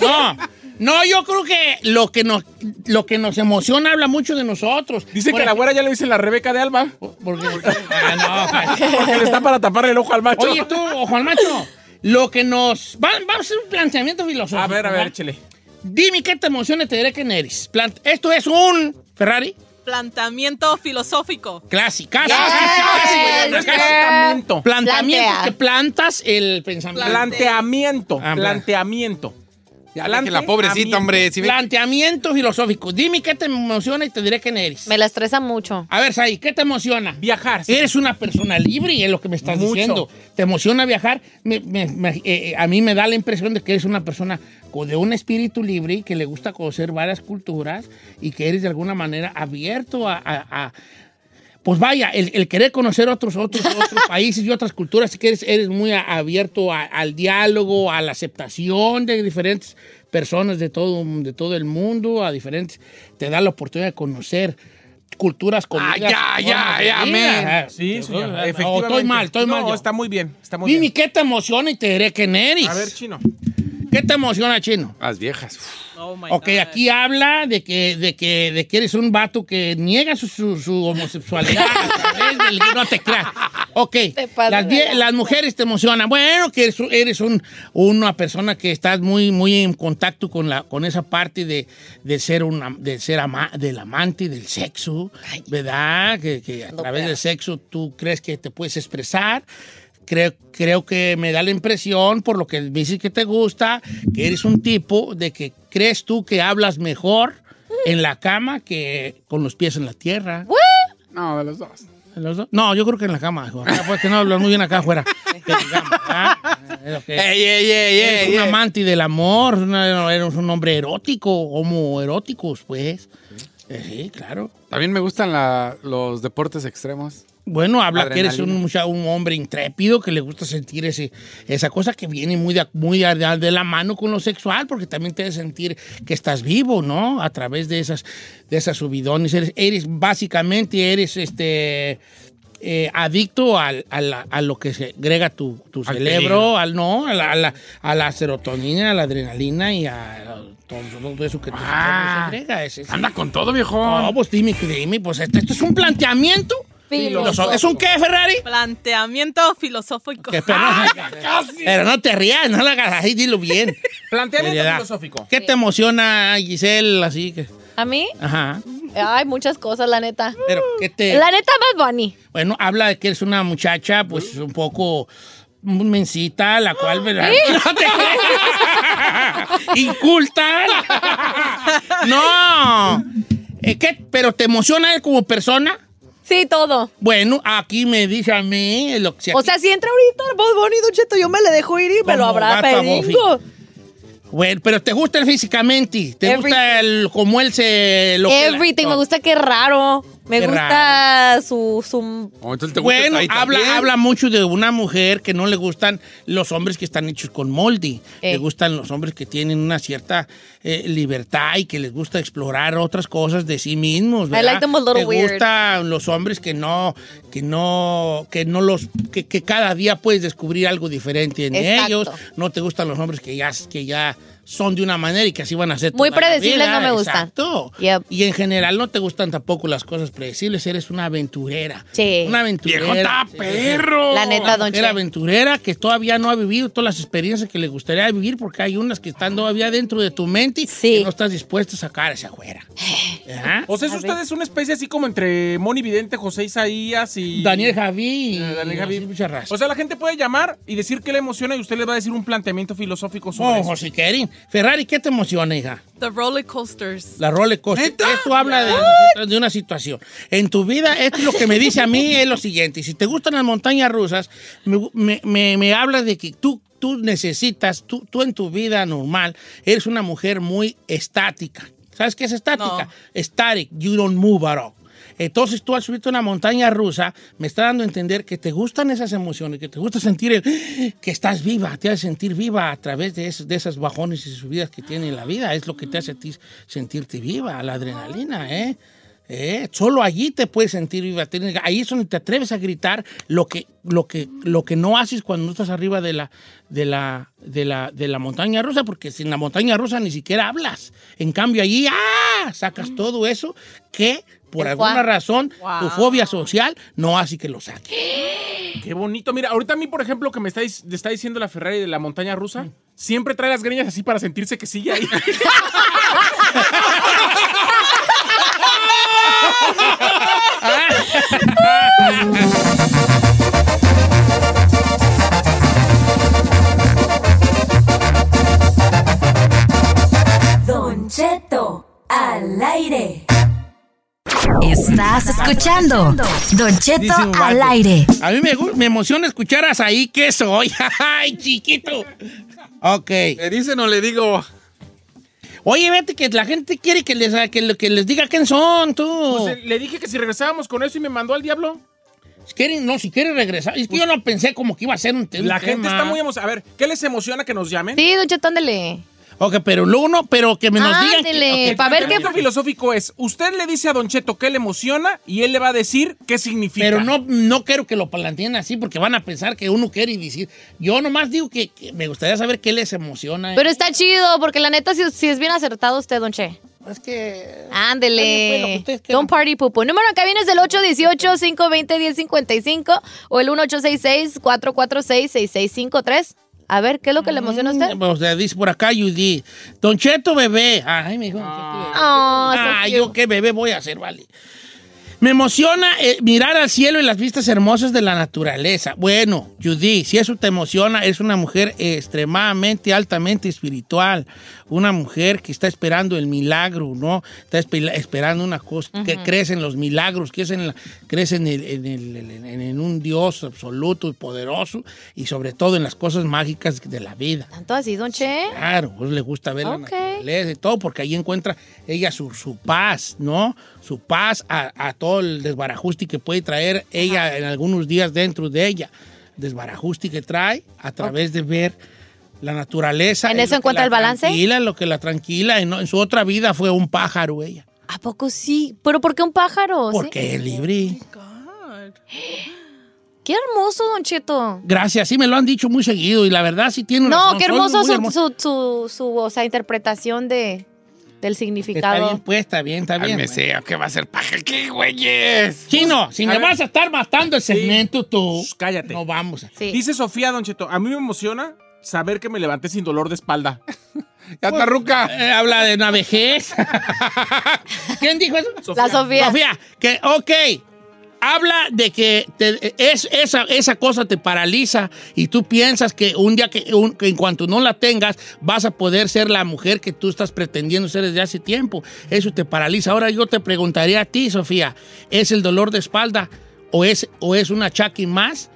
Speaker 1: no, no, yo creo que lo que nos, lo que nos emociona habla mucho de nosotros.
Speaker 4: Dice
Speaker 1: Por
Speaker 4: que la
Speaker 1: ej-
Speaker 4: güera ya le dicen la Rebeca de Alba.
Speaker 1: porque- Ah, no, pues.
Speaker 4: Porque le está para tapar el ojo al macho.
Speaker 1: Oye, tú, o Juan Macho, lo que nos. va- vamos a hacer un planteamiento filosófico.
Speaker 4: a ver, a ver,
Speaker 1: ¿verdad?
Speaker 4: échele.
Speaker 1: Dime qué te emociona y te diré quién eres. Plant- Esto es un Ferrari
Speaker 6: Planteamiento filosófico.
Speaker 1: clásico. Casi,
Speaker 2: Yes,
Speaker 1: casi, casi,
Speaker 4: No es
Speaker 1: casi.
Speaker 4: planteamiento.
Speaker 1: Planteamiento
Speaker 2: Plantea.
Speaker 1: que plantas el pensamiento.
Speaker 4: Planteamiento.
Speaker 1: Ah,
Speaker 4: Planteamiento.
Speaker 3: Ya, que la pobrecita, hombre. Si ve-
Speaker 1: Planteamiento filosófico. Dime qué te emociona y te diré quién eres.
Speaker 2: Me la estresa mucho.
Speaker 1: A ver, Sai, ¿qué te emociona?
Speaker 4: Viajar. sí.
Speaker 1: Eres una persona libre y es lo que me estás
Speaker 4: Mucho.
Speaker 1: diciendo. ¿Te emociona viajar? Me- me- me- eh, eh, a mí me da la impresión de que eres una persona co- de un espíritu libre y que le gusta conocer varias culturas y que eres de alguna manera abierto a... a- a- pues vaya, el, el querer conocer otros, otros, otros países y otras culturas, y que eres, eres muy a- abierto a- al diálogo, a la aceptación de diferentes personas de todo, de todo el mundo, a diferentes, te da la oportunidad de conocer culturas como...
Speaker 3: Ah, ya, ya, ya, amén.
Speaker 1: Ah,
Speaker 4: Sí, señor.
Speaker 1: O
Speaker 4: Efectivamente.
Speaker 1: estoy mal, estoy mal.
Speaker 4: No,
Speaker 1: yo.
Speaker 4: está muy bien. Está muy
Speaker 1: Mimi,
Speaker 4: bien.
Speaker 1: ¿qué te emociona y te diré quién eres?
Speaker 4: A ver, chino.
Speaker 1: ¿Qué te emociona, chino?
Speaker 3: Las viejas. Uf.
Speaker 6: Oh my
Speaker 1: Ok,
Speaker 6: God.
Speaker 1: aquí habla de que, de, que, de que eres un vato que niega su, su, su homosexualidad. a través del- no te creas. Ok,
Speaker 2: pasas
Speaker 1: las,
Speaker 2: de
Speaker 1: vie-
Speaker 2: lanza.
Speaker 1: las mujeres te emocionan. Bueno, que eres, eres un, una persona que estás muy, muy en contacto con, la, con esa parte de, de ser, una, de ser ama- del amante, y del sexo, ¿verdad? Que, que a través del sexo tú crees que te puedes expresar. Creo, creo que me da la impresión, por lo que me dices que te gusta, que eres un tipo de que crees tú que hablas mejor en la cama que con los pies en la tierra.
Speaker 3: No, de los dos.
Speaker 1: ¿Los dos? No, yo creo que en la cama. hijo. Acá, pues, que no hablan muy bien acá afuera. Que digamos, ¿ah? Es lo que-
Speaker 3: Ey, ey, ey,
Speaker 1: Eres
Speaker 3: ey,
Speaker 1: un
Speaker 3: ey.
Speaker 1: amante del amor, una- eres un hombre erótico, homoeróticos, pues. Eh, sí, claro.
Speaker 3: También me gustan la- los deportes extremos.
Speaker 1: Bueno, habla que eres un,
Speaker 3: Adrenalina.
Speaker 1: mucha- un hombre intrépido que le gusta sentir ese, esa cosa que viene muy, de, muy a- de, de la mano con lo sexual, porque también te hace sentir que estás vivo, ¿no? A través de esas, de esas subidones. Eres, eres básicamente, eres este eh, adicto al- a, la- a lo que se agrega tu, tu
Speaker 3: Al
Speaker 1: cerebro,
Speaker 3: peligro.
Speaker 1: al no, a la, a la- a la serotonina, a la adrenalina y a, todo, todo eso que tu
Speaker 3: Ah.
Speaker 1: cerebro se agrega. Es- es-
Speaker 3: Anda con todo, viejo.
Speaker 1: no, pues dime, dime, pues esto, esto es un planteamiento.
Speaker 2: Filosófico.
Speaker 1: ¿Es un qué, Ferrari?
Speaker 6: Planteamiento filosófico.
Speaker 1: Que, pero, no, pero no te rías, no la hagas así, dilo
Speaker 6: <laughs>
Speaker 1: bien.
Speaker 4: Planteamiento
Speaker 1: Seriedad.
Speaker 4: filosófico.
Speaker 1: ¿Qué te emociona, Giselle? Así que.
Speaker 2: ¿A mí?
Speaker 1: Ajá.
Speaker 2: Ay, muchas cosas, la neta.
Speaker 1: Pero, ¿qué te.?
Speaker 2: La neta, Bad Bunny.
Speaker 1: Bueno, habla de que eres una muchacha, pues un poco mencita, la cual, ¿verdad? <laughs> No te creas. Inculta. No. Eh, ¿qué? ¿Pero te emociona él como persona?
Speaker 2: Sí, todo.
Speaker 1: Bueno, aquí me dice a mí lo que
Speaker 2: O sea, si entra ahorita el Bad Bunny, Don Cheto, yo me le dejo ir y me lo
Speaker 1: Como
Speaker 2: habrá
Speaker 1: gata
Speaker 2: pedingo.
Speaker 1: Bueno, pero te gusta él físicamente, te gusta el, como él se lo que la-
Speaker 2: Everything,
Speaker 1: no.
Speaker 2: me gusta que raro. Me
Speaker 1: Qué
Speaker 2: gusta su, su...
Speaker 3: Oh, entonces te gusta
Speaker 1: Bueno,
Speaker 3: ahí también.
Speaker 1: habla, habla mucho de una mujer que no le gustan los hombres que están hechos con molde.
Speaker 2: Ey.
Speaker 1: Le gustan los hombres que tienen una cierta eh, libertad y que les gusta explorar otras cosas de sí mismos. ¿verdad?
Speaker 2: like them a little
Speaker 1: Te
Speaker 2: weird.
Speaker 1: gustan los hombres que no, que no, que no los, que, que cada día puedes descubrir algo diferente en
Speaker 2: Exacto.
Speaker 1: ellos. No te gustan los hombres que ya, que ya son de una manera y que así van a ser.
Speaker 2: Muy
Speaker 1: toda la
Speaker 2: predecibles
Speaker 1: vida,
Speaker 2: no me gustan.
Speaker 1: Exacto. Y en general no te gustan tampoco las cosas predecibles, eres una aventurera.
Speaker 2: Sí.
Speaker 1: Una aventurera.
Speaker 3: Viejo está perro.
Speaker 2: La neta,
Speaker 1: Una
Speaker 2: don
Speaker 1: mujer
Speaker 2: Che.
Speaker 1: aventurera que todavía no ha vivido todas las experiencias que le gustaría vivir porque hay unas que están todavía dentro de tu mente y que no estás dispuesto a sacar hacia afuera. Ajá.
Speaker 4: O sea, es
Speaker 1: A
Speaker 4: usted
Speaker 1: ver.
Speaker 4: es una especie así como entre Moni Vidente, José Isaías y...
Speaker 1: Daniel Javí.
Speaker 4: Eh, Daniel Javí.
Speaker 1: así mucha raza.
Speaker 4: O sea, la gente puede llamar y decir qué le emociona y usted le va a decir un planteamiento filosófico sobre
Speaker 1: Oh,
Speaker 4: eso.
Speaker 1: José Kerin. Ferrari, ¿qué te emociona, hija?
Speaker 6: The roller coasters.
Speaker 1: La roller coaster. Esto habla de, de una situación. En tu vida, esto es lo que me dice a mí es lo siguiente. Si te gustan las montañas rusas, me, me, me- me habla de que tú, tú necesitas, tú, tú en tu vida normal, eres una mujer muy estática. ¿Sabes qué es estática? Static, you don't move at all. Entonces tú al subirte a una montaña rusa me está dando a entender que te gustan esas emociones, que te gusta sentir el- que estás viva, te hace sentir viva a través de, esos- de esas bajones y subidas que tiene la vida. Es lo que te hace a ti sentirte viva, la adrenalina, ¿eh? ¿Eh? Solo allí te puedes sentir viva. Tienes- Ahí es donde te atreves a gritar lo que, lo que, lo que no haces cuando no estás arriba de la, de, la, de, la, de la montaña rusa, porque sin la montaña rusa ni siquiera hablas. En cambio, allí ¡ah! sacas todo eso que por
Speaker 4: Te
Speaker 1: alguna
Speaker 4: fue.
Speaker 1: razón tu
Speaker 4: Wow.
Speaker 1: fobia social no hace que lo saques.
Speaker 4: Qué bonito. Mira, ahorita a mí, por ejemplo, que me está, dis- le está diciendo la Ferrari de la montaña rusa, siempre trae las greñas así para sentirse que sigue
Speaker 1: <laughs>
Speaker 4: ahí.
Speaker 8: Don Cheto al aire.
Speaker 10: Estás escuchando Don Cheto
Speaker 1: Dice un vato,
Speaker 10: al aire.
Speaker 1: A mí me, gu- me emociona escuchar a ahí que soy. <laughs> ¡Ay, chiquito! Ok. ¿Le dicen o le digo? Oye, vete que la gente quiere que les, que, le- que les diga quién son, tú.
Speaker 4: Pues, eh, le dije que si regresábamos con eso y me mandó al diablo.
Speaker 1: Si quieren- no, si quieren regresar. Es que yo no pensé como que iba a ser un, te- un
Speaker 4: Pues La gente
Speaker 1: tema.
Speaker 4: está muy emocionada. A ver, ¿qué les emociona que nos
Speaker 1: ¿Eh?
Speaker 4: llamen?
Speaker 2: Sí, don Cheto, ándele.
Speaker 1: Ok, pero luego no, pero que me nos digan. que-
Speaker 2: Ándele,
Speaker 1: ok,
Speaker 2: para ver qué...
Speaker 4: El filosófico es, usted le dice a Don Cheto qué le emociona y él le va a decir qué significa.
Speaker 1: Pero no, no quiero que lo planteen así porque van a pensar que uno quiere y decir. Yo nomás digo que, que me gustaría saber qué les emociona.
Speaker 2: Pero está chido, porque la neta, si, si es bien acertado usted, don Che.
Speaker 1: Es que...
Speaker 2: Ah, Ándele.
Speaker 1: pues
Speaker 2: Don't party pupo. Número acá viene es el 818-520-1055 o el 1866-446-6653. A ver, ¿qué es lo que le emociona a usted?
Speaker 1: Mm, O sea, dice por acá Judy. Don Cheto bebé. Ay, me dijo.
Speaker 2: Oh, so
Speaker 1: Ah, yo qué bebé voy a hacer, vale. Me emociona eh, mirar al cielo y las vistas hermosas de la naturaleza. Bueno, Judy, si eso te emociona, es una mujer extremadamente, altamente espiritual. Una mujer que está esperando el milagro, ¿no? Está espe- esperando una cosa, que
Speaker 11: Ujú.
Speaker 1: crece en los milagros, que es en la- crece en, el- en el- en- en- en un Dios absoluto y poderoso y sobre todo en las cosas mágicas de la vida.
Speaker 2: ¿Tanto así, don Che?
Speaker 1: Claro, pues le gusta ver
Speaker 2: Ok.
Speaker 1: la naturaleza y todo, porque ahí encuentra ella su, su paz, ¿no? Su paz a, a todo el desbarajuste que puede traer ella en algunos días dentro de ella. Desbarajuste que trae a través de ver la naturaleza.
Speaker 2: ¿En
Speaker 1: Es
Speaker 2: eso
Speaker 1: lo que
Speaker 2: encuentra
Speaker 1: la
Speaker 2: el balance?
Speaker 1: Tranquila, lo que la tranquila. En, en su otra vida fue un pájaro ella.
Speaker 2: ¿A poco sí? ¿Pero por qué un pájaro? ¿Oh, ¿Sí?
Speaker 1: Porque es libre.
Speaker 2: Qué hermoso, don Cheto.
Speaker 1: Gracias, sí me lo han dicho muy seguido y la verdad sí tiene
Speaker 2: No,
Speaker 1: razón,
Speaker 2: qué
Speaker 1: soy
Speaker 2: hermoso
Speaker 1: muy
Speaker 2: su,
Speaker 1: hermoso.
Speaker 2: su, su, su, o sea, interpretación de, del
Speaker 1: Está bien,
Speaker 2: significado.
Speaker 1: pues, está bien, está bien.
Speaker 3: sea, ¿qué va a ser paja? ¿Qué güeyes?
Speaker 1: Chino, si
Speaker 4: A
Speaker 1: me
Speaker 4: ver.
Speaker 1: vas a estar matando el segmento, tú.
Speaker 4: cállate.
Speaker 1: No vamos. a-
Speaker 4: Dice Sofía, Don Cheto, a mí me emociona saber que me levanté sin dolor de espalda.
Speaker 1: ya está ruca. Eh, habla de una vejez. <laughs> ¿Quién dijo eso?
Speaker 2: La Sofía.
Speaker 1: Sofía, que, ok. Habla de que te- es, esa, esa cosa te paraliza y tú piensas que un día que, un- que en cuanto no la tengas vas a poder ser la mujer que tú estás pretendiendo ser desde hace tiempo. Eso te paraliza. Ahora yo te preguntaría a ti, Sofía, ¿es el dolor de espalda o es, o es un achaque más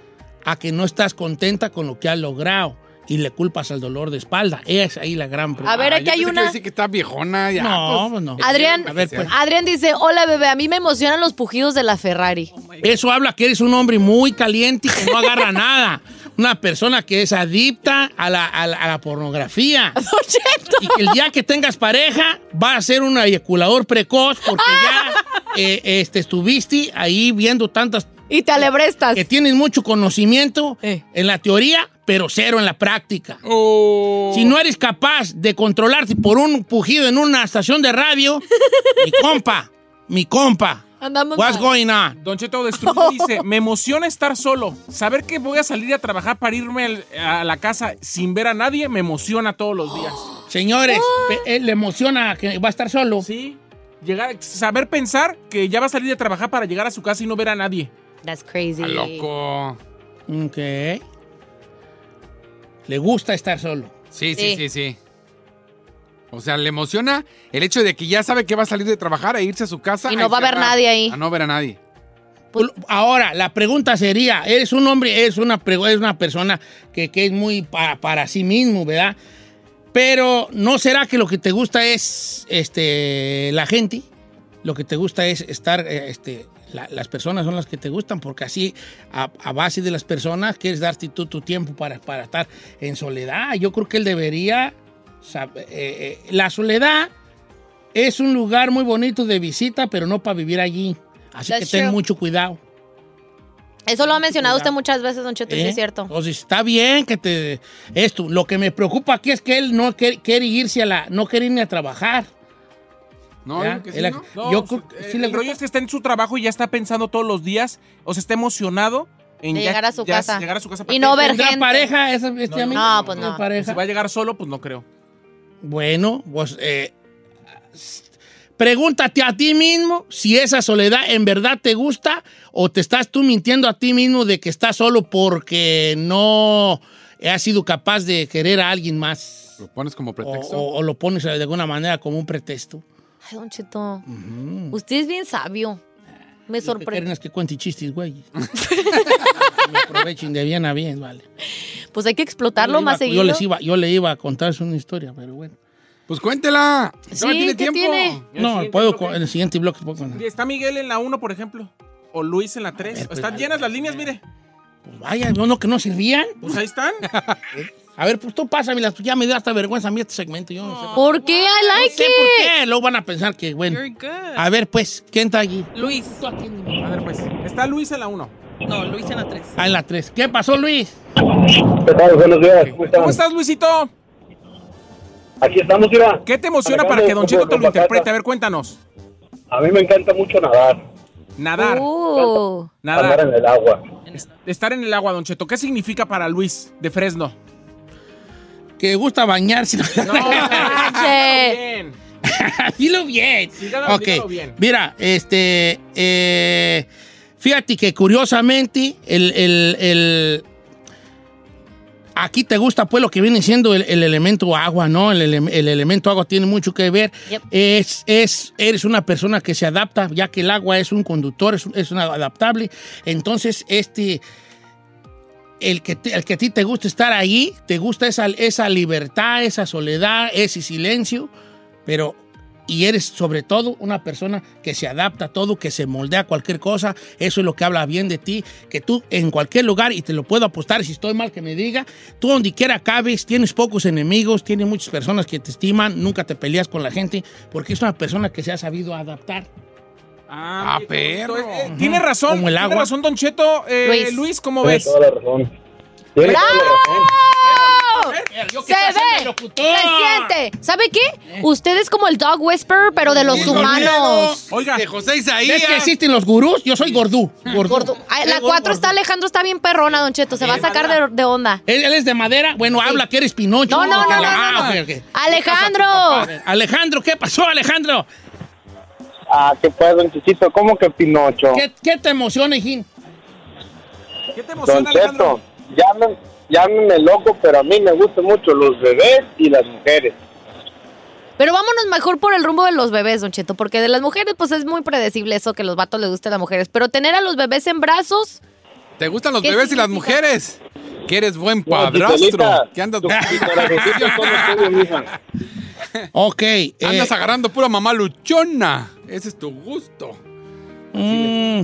Speaker 1: a que no estás contenta con lo que has logrado y le culpas al dolor de espalda? Es ahí la gran pregunta.
Speaker 2: A ver, Ah, aquí yo hay pensé que una- iba a decir
Speaker 3: que está viejona
Speaker 1: ya. No, pues no.
Speaker 2: Adrián,
Speaker 1: A ver, pues.
Speaker 2: Adrián dice, hola bebé, a mí me emocionan los pujidos de la Ferrari.
Speaker 1: Eso habla que eres un hombre muy caliente y que no agarra nada. Una persona que es adicta a la, a la- a la pornografía.
Speaker 2: <laughs>
Speaker 1: Y que el día que tengas pareja va a ser un eyaculador precoz porque ya eh, este, estuviste ahí viendo tantas...
Speaker 2: Y te alebrestas.
Speaker 1: Que tienes mucho conocimiento en la teoría, pero cero en la práctica. pues,
Speaker 3: oh.
Speaker 1: Si no eres capaz de controlarte por un pujido en una estación de radio, mi compa, mi compa,
Speaker 2: Andamos
Speaker 1: what's
Speaker 2: mal.
Speaker 1: going on?
Speaker 4: Don
Speaker 2: <laughs>
Speaker 4: Cheto Destruido dice, me emociona estar solo. Saber que voy a salir a trabajar para irme al- a la casa sin ver a nadie me emociona todos
Speaker 2: <gasps>
Speaker 4: los días.
Speaker 1: Señores, pe- eh, le emociona que va a estar solo.
Speaker 4: Sí. Llegar, saber pensar que ya va a salir de trabajar para llegar a su casa y no ver a nadie.
Speaker 2: That's
Speaker 3: Ah,
Speaker 2: crazy.
Speaker 4: loco.
Speaker 1: Ok. Le gusta estar solo.
Speaker 3: Sí, sí, sí, sí, O sea, le emociona el hecho de que ya sabe que va a salir de trabajar e irse a su casa.
Speaker 2: Y no va a ver
Speaker 3: encerrar,
Speaker 2: nadie ahí.
Speaker 3: A no ver a nadie.
Speaker 1: Ahora, la pregunta sería, eres un hombre, es una, pre- eres una persona que, que es muy para, para sí mismo, ¿verdad? Pero ¿no será que lo que te gusta es este, la gente? Lo que te gusta es estar, eh, este, la- las personas son las que te gustan, porque así, a, a base de las personas, quieres darte tú tu tiempo para, para estar en soledad. Yo creo que él debería, sab- eh, eh, la soledad es un lugar muy bonito de visita, pero no para vivir allí. Así
Speaker 2: That's
Speaker 1: que ten
Speaker 2: true.
Speaker 1: mucho cuidado.
Speaker 2: Eso lo ha mencionado usted muchas veces, Don Cheto, y sí
Speaker 1: ¿eh?
Speaker 2: es cierto.
Speaker 1: Entonces está bien que te esto. Lo que me preocupa aquí es que él no quer- quiere irse a la, no quiere ir ni a trabajar.
Speaker 4: No,
Speaker 1: Ya,
Speaker 4: yo que sí,
Speaker 1: el-
Speaker 4: ¿no?
Speaker 1: <laughs> yo
Speaker 4: No,
Speaker 1: creo-
Speaker 4: eh,
Speaker 1: sí le
Speaker 4: el rollo es que está en su trabajo y ya está pensando todos los días, o sea, está emocionado en
Speaker 2: De
Speaker 4: ya-
Speaker 2: llegar a su
Speaker 4: ya
Speaker 2: casa.
Speaker 4: llegar a su casa
Speaker 2: Y no ver
Speaker 4: ¿Tendrá
Speaker 2: gente.
Speaker 1: pareja esa- este
Speaker 4: No,
Speaker 1: amigo?
Speaker 2: no, no, pues
Speaker 1: ¿Tiene
Speaker 2: no.
Speaker 1: pareja?
Speaker 4: Si va a llegar solo, pues no creo.
Speaker 1: Bueno, pues eh, pregúntate a ti mismo si esa soledad en verdad te gusta o te estás tú mintiendo a ti mismo de que estás solo porque no has sido capaz de querer a alguien más.
Speaker 3: Lo pones como
Speaker 1: O,
Speaker 3: pretexto.
Speaker 1: o- o lo pones de alguna manera como un pretexto.
Speaker 2: Ay, Don Cheto. Usted es bien sabio. Me
Speaker 1: Lo que quieren
Speaker 2: sorprende.
Speaker 1: es que cuente
Speaker 2: <laughs>
Speaker 1: chistes, güey. Me aprovechen de bien a bien, vale.
Speaker 2: Pues hay que
Speaker 1: Yo
Speaker 2: explotarlo
Speaker 1: le
Speaker 2: más
Speaker 1: iba-
Speaker 2: seguido.
Speaker 1: Yo, les iba, yo le iba a contar una historia, pero bueno.
Speaker 3: Pues cuéntela.
Speaker 2: Sí, tiene ¿qué tiempo. tiene?
Speaker 1: No, puedo cu- en el siguiente bloque. puedo contar.
Speaker 4: Está Miguel en la 1, por ejemplo, o Luis en la 3.
Speaker 1: ver, pues,
Speaker 4: Están
Speaker 1: vale.
Speaker 4: llenas las líneas, mire.
Speaker 1: Vaya, no, no, que no se rían.
Speaker 4: Pues ahí
Speaker 1: <laughs>
Speaker 4: están.
Speaker 1: A ver, pues tú pásame las ya me dio hasta vergüenza a mí este segmento, yo no sé.
Speaker 2: ¿Por qué? I
Speaker 1: No
Speaker 2: like
Speaker 1: sé
Speaker 2: it.
Speaker 1: por qué, luego van a pensar que, bueno.
Speaker 6: You're good.
Speaker 1: A ver, pues, ¿quién está allí?
Speaker 6: Luis.
Speaker 4: A ver, pues. Está Luis en la 1.
Speaker 6: No, Luis en la 3.
Speaker 1: Ah, en la 3. ¿Qué pasó, Luis?
Speaker 5: ¿Qué tal? Buenos días. ¿Cómo están?
Speaker 4: ¿Cómo estás, Luisito?
Speaker 5: Aquí estamos, mira.
Speaker 4: ¿Qué te emociona
Speaker 5: Manejando
Speaker 4: para que Don
Speaker 5: un
Speaker 4: Cheto
Speaker 5: poco
Speaker 4: te
Speaker 5: de
Speaker 4: lo
Speaker 5: batata.
Speaker 4: interprete? A ver, cuéntanos.
Speaker 5: A mí me encanta mucho nadar,
Speaker 4: Nadar,
Speaker 2: Uh,
Speaker 5: andar
Speaker 4: nadar,
Speaker 5: en el agua.
Speaker 4: estar en el agua, Don Cheto. ¿Qué significa para Luis de Fresno?
Speaker 1: Que gusta bañarse.
Speaker 4: No, <laughs>
Speaker 2: manche.
Speaker 4: bien.
Speaker 1: Dilo bien.
Speaker 4: Dígalo-
Speaker 1: Ok,
Speaker 4: dígalo bien.
Speaker 1: mira, este, eh, fíjate que curiosamente, el, el- el- aquí te gusta pues lo que viene siendo el, el elemento agua, ¿no? El, ele- el elemento agua tiene mucho que ver.
Speaker 2: Yep.
Speaker 1: Es, es, eres una persona que se adapta, ya que el agua es un conductor, es, un- es una adaptable. Entonces, este, el que, te- el que a ti te gusta estar ahí, te gusta esa, esa libertad, esa soledad, ese silencio, pero... Y eres sobre todo una persona que se adapta a todo, que se moldea a cualquier cosa. Eso es lo que habla bien de ti. Que tú en cualquier lugar, y te lo puedo apostar, si estoy mal que me diga, tú donde quiera cabes, tienes pocos enemigos, tienes muchas personas que te estiman, nunca te peleas con la gente, porque es una persona que se ha sabido adaptar.
Speaker 3: Ah,
Speaker 4: mire,
Speaker 3: perro.
Speaker 4: entonces, eh, tiene razón.
Speaker 1: Como el agua.
Speaker 4: Tiene razón, Don Cheto. Eh,
Speaker 2: Luis.
Speaker 4: Luis. ¿cómo
Speaker 5: Tienes
Speaker 1: Pues-
Speaker 5: toda
Speaker 4: ves?
Speaker 5: la razón. Tienes toda la razón.
Speaker 1: ¿eh?
Speaker 2: Se ve, se siente. ¿Sabe qué?
Speaker 1: Eh.
Speaker 2: Usted es como el dog whisperer, pero de los
Speaker 3: Bien,
Speaker 2: humanos.
Speaker 4: Oiga,
Speaker 3: De José Isaías.
Speaker 1: ¿Ves que existen los gurús? Yo soy gordú. Gordú.
Speaker 2: Gordo. Ay, La
Speaker 1: Soy
Speaker 2: 4
Speaker 1: gordo.
Speaker 2: está Alejandro, está bien perrona, Don Cheto. Se va a sacar de, de onda.
Speaker 1: ¿Él, él es de madera? Bueno, habla que eres Pinocho.
Speaker 2: No, no, no,
Speaker 1: Porque
Speaker 2: no,
Speaker 1: la-
Speaker 2: no,
Speaker 1: ah,
Speaker 2: no.
Speaker 1: ok, ok. A
Speaker 2: Alejandro.
Speaker 1: ver, Alejandro, ¿qué pasó, Alejandro?
Speaker 5: Ah, qué pues, don Chichito, ¿cómo que Pinocho?
Speaker 1: ¿Qué, qué te emociona, Hijín?
Speaker 4: ¿qué te
Speaker 5: Don
Speaker 4: emociona,
Speaker 5: Cheto,
Speaker 4: Alejandro?
Speaker 5: llamen- llámenme loco, pero a mí me gustan mucho los bebés y las mujeres.
Speaker 2: Pero vámonos mejor por el rumbo de los bebés, Don Cheto, porque de las mujeres, pues es muy predecible eso que los vatos les gusten a las mujeres. Pero tener a los bebés en brazos,
Speaker 3: ¿Te gustan los
Speaker 2: ¿Qué
Speaker 3: bebés y las
Speaker 2: significa?
Speaker 3: mujeres? Que eres buen
Speaker 5: No,
Speaker 3: padrastro.
Speaker 5: Giselita,
Speaker 3: que andas,
Speaker 5: tu-
Speaker 3: <laughs>
Speaker 5: tu corazoncito es todo tuyo, mija.
Speaker 1: Ok. eh,
Speaker 3: andas agarrando pura mamá luchona. Ese es tu gusto.
Speaker 1: mm,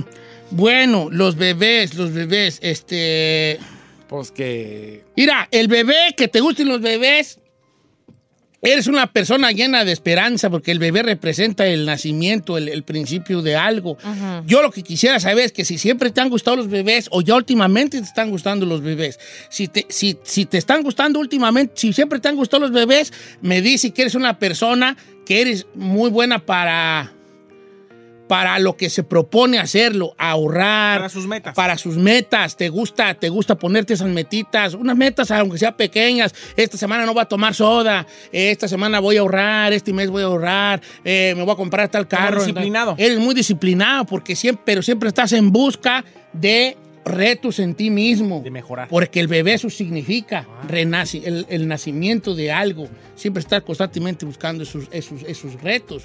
Speaker 1: bueno, los bebés, los bebés, este...
Speaker 3: Pues que.
Speaker 1: Mira, el bebé, que te gusten los bebés, Eres una persona llena de esperanza porque el bebé representa el nacimiento, el, el principio de algo.
Speaker 11: Ujú.
Speaker 1: Yo lo que quisiera saber es que si siempre te han gustado los bebés o ya últimamente te están gustando los bebés. Si te, si, si te están gustando últimamente, si siempre te han gustado los bebés, me dice que eres una persona que eres muy buena para para lo que se propone hacerlo, ahorrar. Para sus metas. Para sus metas. Te gusta, te gusta ponerte esas metitas, unas metas aunque sean pequeñas. Esta semana no voy a tomar soda, eh, esta semana voy a ahorrar, este mes voy a ahorrar, eh, me voy a comprar tal carro.
Speaker 4: disciplinado.
Speaker 1: Eres muy disciplinado, porque siempre, pero siempre estás en busca de retos en ti mismo. De mejorar. Ah. Porque el bebé eso significa renaci- el, el nacimiento de algo. Siempre estás constantemente buscando esos, esos, esos retos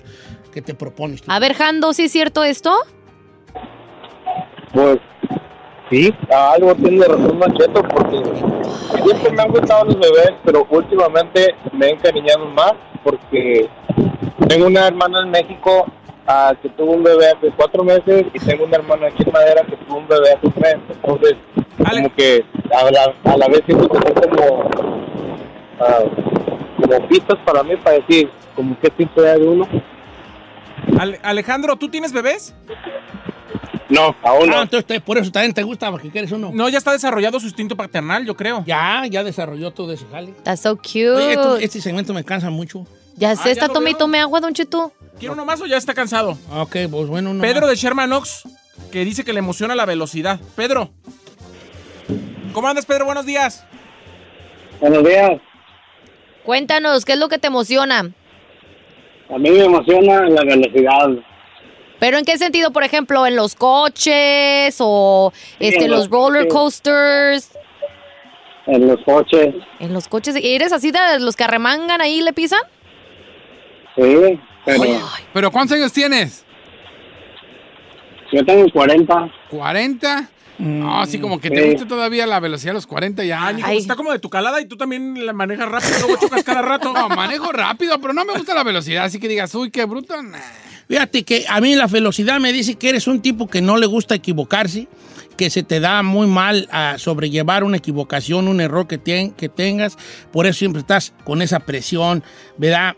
Speaker 1: que te propones. tú.
Speaker 2: A ver, Jando, ¿sí es cierto esto?
Speaker 5: Pues sí, a algo tiene razón Mancheto porque siempre me han gustado los bebés, pero últimamente me he encariñado más porque tengo una hermana en México ah, que tuvo un bebé hace cuatro meses y tengo una hermana aquí en Madera que tuvo un bebé hace tres. Entonces, como que a la, a la vez siento que son como, ah, como pistas para mí para decir como qué tipo era de uno.
Speaker 4: Ale- Alejandro, ¿tú tienes bebés?
Speaker 5: No, Ah. aún
Speaker 1: no. Ah, entonces te- por eso también te gusta, porque quieres uno.
Speaker 4: No, ya está desarrollado su instinto paternal, yo creo.
Speaker 1: Ya, ya desarrolló todo eso, jale.
Speaker 2: That's so cute.
Speaker 1: Oye, ah, esto- este segmento me cansa mucho.
Speaker 2: Ya sé,
Speaker 4: ya
Speaker 2: está
Speaker 4: lo
Speaker 2: tome y
Speaker 4: veo.
Speaker 2: tome agua, don Cheto.
Speaker 4: ¿Quiere uno más o ya está cansado?
Speaker 1: Ok, pues bueno, uno
Speaker 4: Pedro de Sherman Oaks, que dice que le emociona la velocidad. Pedro. ¿Cómo andas, Pedro? Buenos días.
Speaker 5: Buenos días.
Speaker 2: Cuéntanos, ¿qué es lo que te emociona?
Speaker 5: A mí me emociona la velocidad.
Speaker 2: ¿Pero en qué sentido? Por ejemplo, en los coches o este,
Speaker 5: en
Speaker 2: los
Speaker 5: los
Speaker 2: roller
Speaker 5: coches.
Speaker 2: coasters.
Speaker 5: En los coches,
Speaker 2: En los coches. ¿Eres así de los que arremangan ahí y le pisan?
Speaker 5: sí, pero
Speaker 3: ¿Pero cuántos años tienes?
Speaker 5: yo tengo 40.
Speaker 3: ¿40? No, así Ah, como que
Speaker 5: sí.
Speaker 3: te gusta todavía la velocidad de los 40 ya.
Speaker 4: Mm. Ay, mijo, pues está como de tu calada y tú también la manejas rápido, luego chocas cada rato.
Speaker 3: No, manejo rápido, pero no me gusta la velocidad, así que digas, uy, qué bruto. nah.
Speaker 1: Fíjate que a mí la velocidad me dice que eres un tipo que no le gusta equivocarse, que se te da muy mal a sobrellevar una equivocación, un error que, tien- que tengas. Por eso siempre estás con esa presión, ¿verdad?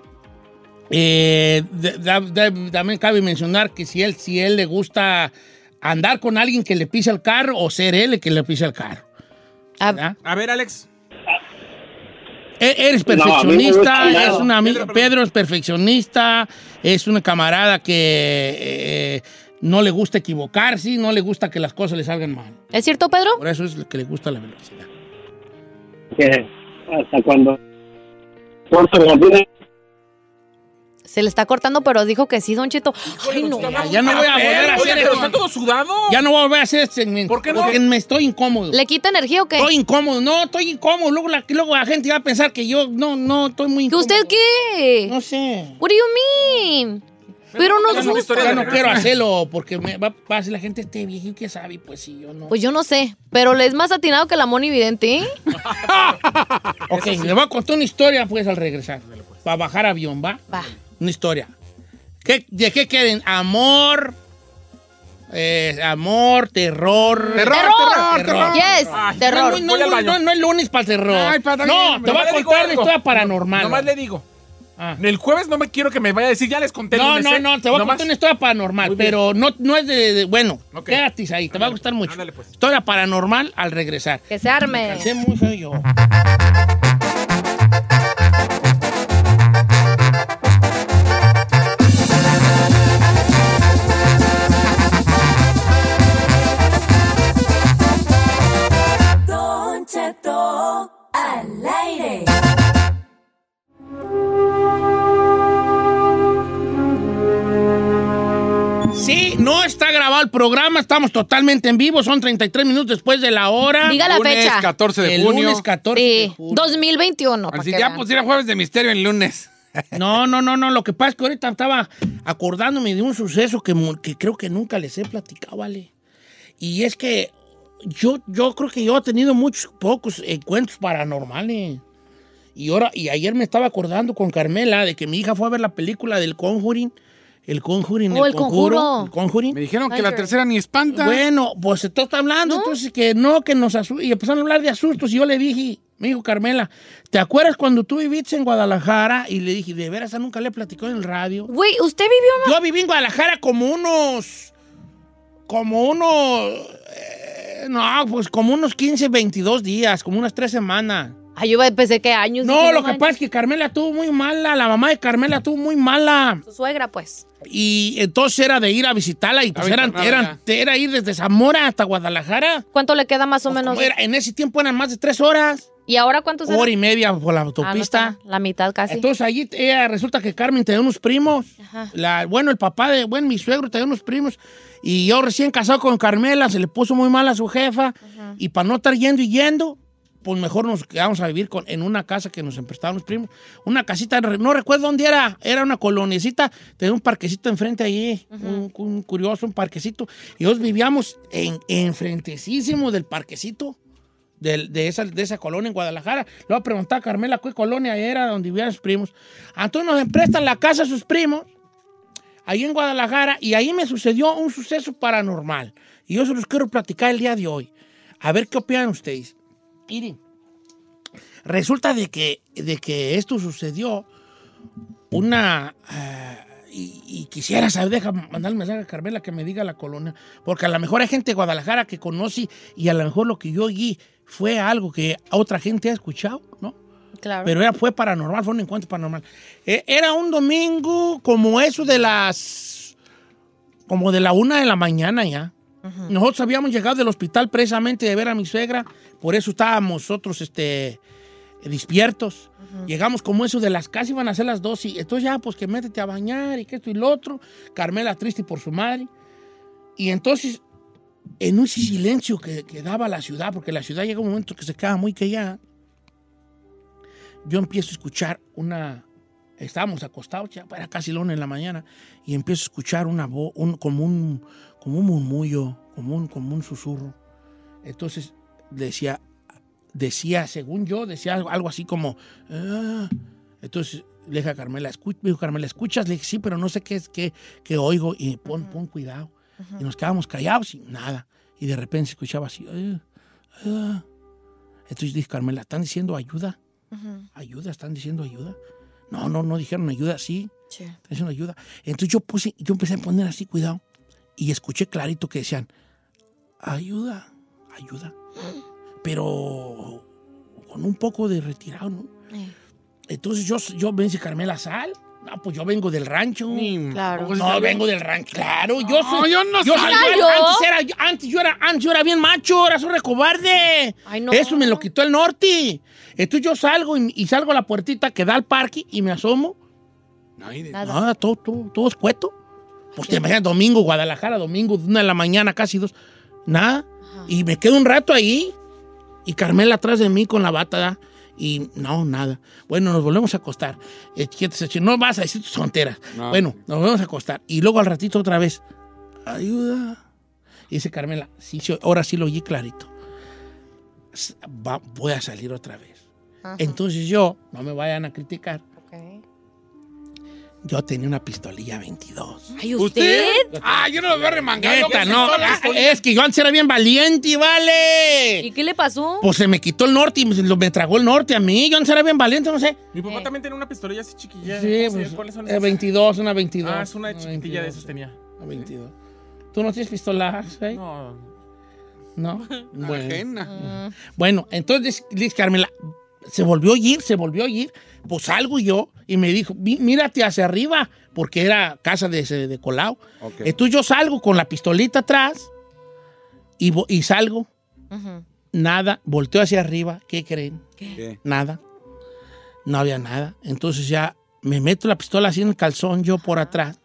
Speaker 1: Eh, de- da- da- también cabe mencionar que si él, si él le gusta andar con alguien que le pisa el carro o ser él el que le pisa el carro.
Speaker 2: Ah,
Speaker 1: ¿verdad?
Speaker 4: A ver, Alex.
Speaker 1: E- Eres
Speaker 4: No, a mí me
Speaker 1: perfeccionista,
Speaker 4: gusta
Speaker 1: es
Speaker 4: nada.
Speaker 1: un amigo.
Speaker 4: Pedro,
Speaker 1: Pedro, es perfeccionista, es un camarada que eh, no le gusta equivocarse, no le gusta que las cosas le salgan mal.
Speaker 2: ¿Es cierto, Pedro?
Speaker 1: Por eso es lo que le gusta la velocidad.
Speaker 5: que hasta cuando corto la vida,
Speaker 2: Se le está cortando, pero dijo que sí, don Cheto. Ay, no.
Speaker 1: Ya no voy a volver a
Speaker 4: Ah, Eh, Oye,
Speaker 1: hacer
Speaker 4: pero
Speaker 1: esto.
Speaker 4: está todo sudado.
Speaker 1: Ya no voy a volver a hacer este segmento.
Speaker 4: no?
Speaker 1: Porque me estoy incómodo.
Speaker 2: ¿Le quita energía o qué?
Speaker 1: Estoy incómodo, no, estoy incómodo. Luego la, luego la gente va a pensar que yo, no, no, estoy muy incómodo.
Speaker 2: ¿Usted qué?
Speaker 1: No sé.
Speaker 2: What do you mean? Pero nos gusta.
Speaker 1: Ya no quiero hacerlo porque me va, va a decir la gente este viejo que sabe, y pues sí, yo no.
Speaker 2: Pues yo no sé, pero le es más atinado que la mona vidente, ¿eh?
Speaker 1: Ok, le voy a contar una historia, pues, al regresar. Para bajar avión, ¿va?
Speaker 2: Va.
Speaker 1: Una historia. ¿Qué- ¿De qué quieren? Amor. eh, amor, terror.
Speaker 4: Terror, terror, terror.
Speaker 2: Yes,
Speaker 4: Ay,
Speaker 2: terror.
Speaker 1: No, no,
Speaker 4: Voy al
Speaker 1: no,
Speaker 4: baño.
Speaker 1: no, no es lunes para el terror.
Speaker 4: Ay, pa, está
Speaker 1: no,
Speaker 4: bien,
Speaker 1: te voy
Speaker 4: nomás
Speaker 1: a
Speaker 4: le digo
Speaker 1: contar una
Speaker 4: algo.
Speaker 1: historia paranormal.
Speaker 4: Nomás le digo. El jueves no me quiero que me vaya a decir, ya les conté. el
Speaker 1: Ah. No,
Speaker 4: lunes,
Speaker 1: no,
Speaker 4: ¿eh?
Speaker 1: no, te voy a
Speaker 4: Nomás-
Speaker 1: contar una historia paranormal,
Speaker 4: bien.
Speaker 1: pero no, no es de, de- bueno,
Speaker 4: Ok. pues.
Speaker 1: quédate ahí, te va a gustar mucho. Historia paranormal al regresar.
Speaker 2: Que se arme.
Speaker 1: Cansé muy feo yo.
Speaker 8: Don Cheto al aire.
Speaker 1: Sí, no está grabado el programa, estamos totalmente en vivo, son 33 minutos después de la hora.
Speaker 2: Diga la Lunes fecha.
Speaker 3: 14 de
Speaker 1: Ah, el
Speaker 3: junio.
Speaker 1: lunes 14 de
Speaker 2: Sí,
Speaker 1: junio.
Speaker 2: 2021. pa'
Speaker 3: Así
Speaker 2: que
Speaker 3: ya pues,
Speaker 2: vean.
Speaker 3: pusiera jueves de misterio en lunes.
Speaker 1: No, no, no, no, lo que pasa es que ahorita estaba acordándome de un suceso que, mu- que creo que nunca les he platicado, vale. Y es que yo, yo creo que yo he tenido muchos pocos encuentros paranormales. Y ahora, y ayer me estaba acordando con Carmela de que mi hija fue a ver la película del Conjuring El Conjuring.
Speaker 2: Oh, el conjuro.
Speaker 1: ¿El Conjuring? Me
Speaker 3: dijeron que la Conjuring. tercera ni espanta.
Speaker 1: Bueno, pues se está hablando, entonces que no, que nos asusta. Y empezaron a hablar de asustos. Y yo le dije, me dijo Carmela, ¿te acuerdas cuando tú viviste en Guadalajara? Y le dije, de veras, esa nunca le platicó en el radio.
Speaker 2: Güey, ¿usted vivió en
Speaker 1: Yo viví en Guadalajara como unos. Como unos. eh, no, pues como unos 15, 22 días, como unas tres semanas.
Speaker 2: Ay, yo pensé que años.
Speaker 1: No, lo que pasa es que Carmela estuvo muy mala, la mamá de Carmela estuvo muy mala.
Speaker 2: Su suegra, pues.
Speaker 1: Y entonces era de ir a visitarla y pues
Speaker 2: A
Speaker 1: eran,
Speaker 2: visitarla,
Speaker 1: eran, era ir desde Zamora hasta Guadalajara.
Speaker 2: ¿Cuánto le queda más o menos?
Speaker 1: Pues Como era- en ese tiempo eran más de tres horas,
Speaker 2: ¿Y ahora cuántos Ah,
Speaker 1: hora y media por la autopista.
Speaker 2: la mitad casi.
Speaker 1: Entonces allí ella, resulta que Carmen tenía unos primos.
Speaker 2: Ajá.
Speaker 1: La- bueno, el papá de, bueno, mi suegro tenía unos primos. Y yo recién casado con Carmela, se le puso muy mal a su jefa. Y para no estar yendo y yendo, pues mejor nos quedamos a vivir con, en una casa que nos emprestaban los primos. Una casita, re- no recuerdo dónde era, era una coloniecita, tenía un parquecito enfrente allí, un, un curioso, un parquecito. Y nosotros vivíamos en, enfrentecísimo del parquecito. del- De, esa, de esa colonia en Guadalajara. Le voy a preguntar a Carmela qué colonia era donde vivían sus primos. Entonces nos emprestan la casa a sus primos ahí en Guadalajara y ahí me sucedió un suceso paranormal. Y yo se los quiero platicar el día de hoy. A ver qué opinan ustedes. Miren, resulta de que, de que esto sucedió una... ah, y, y quisiera saber, deja mandar un mensaje a Carmela que me diga la colonia, porque a lo mejor hay gente de Guadalajara que conoce y a lo mejor lo que yo oí fue algo que otra gente ha escuchado, ¿no?
Speaker 2: Claro.
Speaker 1: Pero era, fue paranormal, fue un encuentro paranormal. Eh, era un domingo como eso de las... como de la una de la mañana ya. Nosotros habíamos llegado del hospital precisamente de ver a mi suegra, por eso estábamos nosotros este, despiertos. Llegamos como eso de las casi van a ser las dos y entonces ya pues que métete a bañar y que esto y lo otro. Carmela triste por su madre. Y entonces en un silencio que, que daba la ciudad, porque la ciudad llega un momento que se queda muy callada, yo empiezo a escuchar una... Estábamos acostados, ya era casi la una en la mañana, y empiezo a escuchar una voz, un, como, un, como un murmullo, como un, como un susurro. Entonces decía, decía, según yo, decía algo, algo así como... "Ah". Entonces le dije a Carmela, escu- me dijo Carmela, ¿escuchas? Le dije, sí, pero no sé qué es que, que oigo, y pon, pon cuidado. Y nos quedábamos callados sin nada. Y de repente se escuchaba así. "Ah, ah". Entonces dije, Carmela, ¿están diciendo ayuda? ¿Ayuda? ¿Están diciendo ayuda? No, no, no dijeron ayuda, sí. Están diciendo ayuda. Entonces yo puse, yo empecé a poner así, cuidado. Y escuché clarito que decían, ayuda, ayuda. Pero con un poco de retirado, ¿no? Entonces yo, yo me dice Carmela Sal. No, pues yo vengo del rancho.
Speaker 3: Claro.
Speaker 1: No, vengo del rancho. Claro, yo
Speaker 3: No,
Speaker 1: soy.
Speaker 3: yo no
Speaker 1: yo
Speaker 3: salgo.
Speaker 1: soy-
Speaker 3: ¿Salió?
Speaker 1: antes, era, yo- antes yo era, antes yo era bien macho, ahora soy recobarde. Eso me lo quitó el norte. Entonces yo salgo y, y salgo a la puertita que da al parque y me asomo. Nada, todo, todo, todo escueto. Pues te imaginas, domingo, Guadalajara, domingo, una de la mañana, casi dos. Nada. Y me quedo un rato ahí. Y Carmela atrás de mí con la bata. ¿da? Y no, nada. Bueno, nos volvemos a acostar. Eh, quietos, eh, No vas a decir tus tonteras.
Speaker 3: No.
Speaker 1: Bueno, nos volvemos a acostar. Y luego al ratito otra vez. Ayuda. Y dice Carmela, sí, sí, ahora sí lo oí clarito. S- va- voy a salir otra vez. Entonces yo, no me vayan a criticar. Yo tenía una pistolilla 22.
Speaker 2: Ay,
Speaker 3: Ah, yo no lo veo remangado.
Speaker 1: Neta,
Speaker 3: Yo
Speaker 1: no.
Speaker 3: sí, todas las
Speaker 1: ah, Es que yo antes era bien valiente, y vale.
Speaker 2: ¿Y qué le pasó?
Speaker 1: Pues se me quitó el norte y me, lo- me tragó el norte a mí. Yo antes era bien valiente, no sé.
Speaker 4: Mi papá también tenía una pistolilla así chiquilla.
Speaker 1: Sí,
Speaker 4: ¿no?
Speaker 1: pues,
Speaker 4: ¿Cuáles son
Speaker 1: eh,
Speaker 4: esas?
Speaker 1: 22, una 22.
Speaker 4: Ah, es una chiquitilla de esas
Speaker 1: 22,
Speaker 4: tenía.
Speaker 1: una 22. ¿Tú no tienes pistolas? eh?
Speaker 4: No.
Speaker 1: No.
Speaker 4: <laughs>
Speaker 1: Bueno.
Speaker 4: Ah.
Speaker 3: Ajena.
Speaker 1: Bueno, entonces, Liz Carmela, se volvió a ir, se volvió a ir. Pues salgo yo y me dijo, "Mí- mírate hacia arriba, porque era casa de, ese- de Colau.
Speaker 3: Ok.
Speaker 1: Entonces yo salgo con la pistolita atrás y, vo- y salgo, nada, volteo hacia arriba, ¿qué creen?
Speaker 3: ¿Qué?
Speaker 1: Nada. No había nada. Entonces ya me meto la pistola así en el calzón, yo por atrás.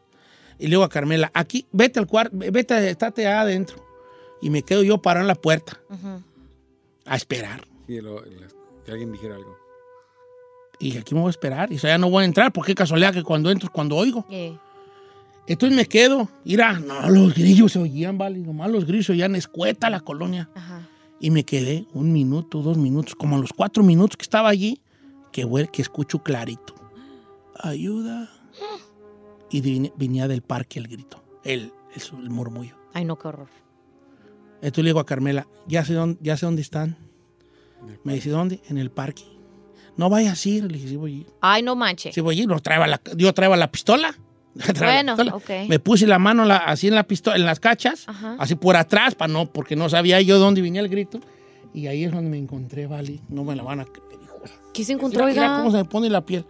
Speaker 1: Y le digo a Carmela, aquí, vete al cuarto, vete, estate adentro. Y me quedo yo parado en la puerta a esperar.
Speaker 3: Sí, lo- las- que alguien dijera algo.
Speaker 1: Y dije, aquí me voy a esperar. Y o sea, ya no voy a entrar, porque qué casualidad que cuando entro es cuando oigo.
Speaker 2: Eh,
Speaker 1: Entonces me quedo, mira, no, los grillos se oían, vale, nomás los grillos se oían, escueta la colonia. Y me quedé un minuto, dos minutos, como a los cuatro minutos que estaba allí, que, hue- que escucho clarito. Ayuda, y di- venía del parque el grito, el, el su- el murmullo.
Speaker 2: Ay, no, qué horror.
Speaker 1: Entonces le digo a Carmela, ya sé dónde, ya sé dónde están. Me dice, ¿dónde? En el parque. No vayas a ir. Le dije, sí voy a ir.
Speaker 2: Ay, no manches.
Speaker 1: Sí voy a ir. No, traeba la- yo traigo la pistola. <laughs> Traeba la
Speaker 2: Bueno,
Speaker 1: pistola.
Speaker 2: ok.
Speaker 1: Me puse la mano la- así en la pistola, en las cachas,
Speaker 2: Ajá.
Speaker 1: así por atrás, para no, porque no sabía yo dónde venía el grito. Y ahí es donde me encontré, Vali. No me la van a
Speaker 2: ¿Qué se
Speaker 1: Mira,
Speaker 2: encontró,
Speaker 1: mira
Speaker 2: oiga?
Speaker 1: cómo se me pone la piel.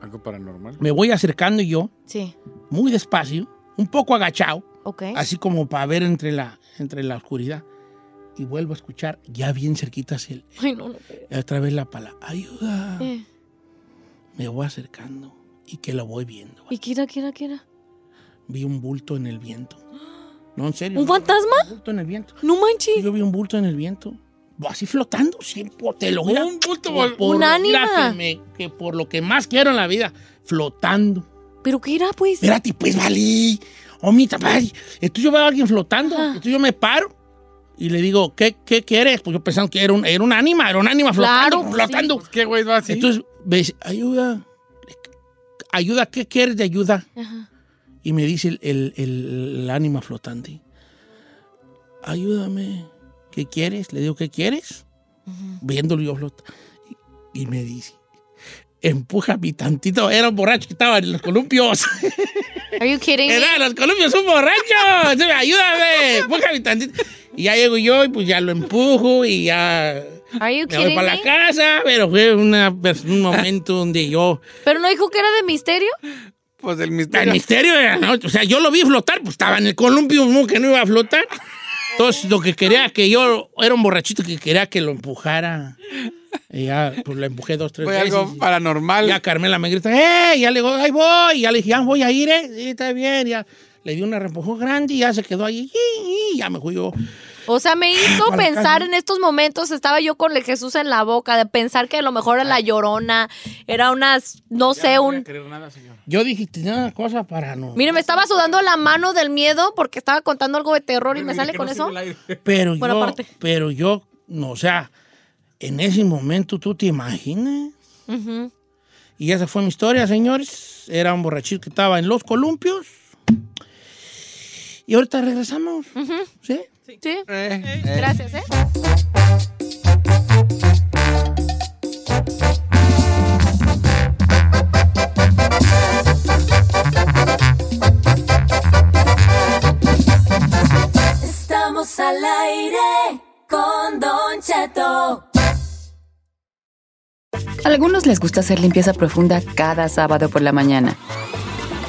Speaker 3: Algo paranormal.
Speaker 1: Me voy acercando yo,
Speaker 2: Sí,
Speaker 1: muy despacio, un poco agachado,
Speaker 2: ok.
Speaker 1: así como para ver entre la, entre la oscuridad. Y vuelvo a escuchar, ya bien cerquitas, el,
Speaker 2: Ay, no, no.
Speaker 1: otra vez la palabra. Ayuda.
Speaker 2: Eh,
Speaker 1: Me voy acercando y que lo voy viendo.
Speaker 2: ¿Y qué era, qué era, qué era?
Speaker 1: Vi un bulto en el viento. No, en serio.
Speaker 2: ¿Un
Speaker 1: no,
Speaker 2: fantasma?
Speaker 1: Un bulto en el viento.
Speaker 2: No manches.
Speaker 1: Yo vi un bulto en el viento. Así flotando, siempre te lo juro.
Speaker 3: Un bulto
Speaker 1: Por- por-
Speaker 2: Un ánima.
Speaker 1: mira, que me- que por lo que más quiero en la vida, flotando.
Speaker 2: ¿Pero qué era, pues?
Speaker 1: Espérate, pues, valí. Oh, mi tapay. Entonces yo veo a alguien flotando. Entonces yo me paro y le digo, ¿qué, qué quieres? Pues yo pensando que era un, era un ánima, era un ánima flotando,
Speaker 2: Claro, pues,
Speaker 1: flotando.
Speaker 3: Pues, ¿Qué güey va así?
Speaker 1: Entonces me dice, ayuda, ayuda, ¿qué quieres de ayuda?
Speaker 2: Ajá.
Speaker 1: Y me dice el, el- el- el ánima flotante, ayúdame, ¿qué quieres? Le digo, ¿qué quieres? Viéndolo yo flota. Y, y me dice, empújame tantito. Era un borracho que estaba en los columpios. <laughs>
Speaker 2: Are you kidding me?
Speaker 1: Era, los columpios son borrachos. Entonces, Ayúdame, empújame tantito. Y ya llego yo y pues ya lo empujo y ya...
Speaker 2: Are you
Speaker 1: Me voy
Speaker 2: kidding
Speaker 1: para la
Speaker 2: me?
Speaker 1: casa, pero fue una- un momento donde yo...
Speaker 2: ¿Pero no dijo que era de misterio?
Speaker 3: Pues el
Speaker 1: El
Speaker 3: misterio.
Speaker 1: misterio era, ¿no? O sea, yo lo vi flotar, pues estaba en el columpio, ¿no? que no iba a flotar. Entonces, lo que quería que yo, era un borrachito que quería que lo empujara. Y ya, pues lo empujé dos, tres
Speaker 3: Fue
Speaker 1: veces. <laughs>
Speaker 3: algo
Speaker 1: y-
Speaker 3: paranormal.
Speaker 1: ya Carmela me grita, ¡eh! Ya le digo, ¡ahí voy! Y ya le dije, ¡ya voy a ir, eh! Sí, está bien. Ya le di una reempujón grande y ya se quedó ahí. Y- y ya me fui yo.
Speaker 2: O sea, me hizo
Speaker 1: Para la
Speaker 2: pensar
Speaker 1: calle.
Speaker 2: en estos momentos, estaba yo con el Jesús en la boca, de pensar que a lo mejor era la llorona, era unas, no sé, un...
Speaker 1: Yo dije, tenía una cosa para no.
Speaker 2: Mire, me estaba sudando la mano del miedo porque estaba contando algo de terror y me sale con eso.
Speaker 1: Pero
Speaker 2: Bueno,
Speaker 1: yo,
Speaker 2: aparte.
Speaker 1: pero yo, no, o sea, en ese momento, ¿tú te imaginas?
Speaker 2: Ujú.
Speaker 1: Y esa fue mi historia, señores. Era un borrachito que estaba en los columpios. Y ahorita regresamos. ¿Sí?
Speaker 2: Sí,
Speaker 3: Eh, eh.
Speaker 2: gracias, ¿eh?
Speaker 8: Estamos al aire con Don Cheto.
Speaker 9: Algunos les gusta hacer limpieza profunda cada sábado por la mañana.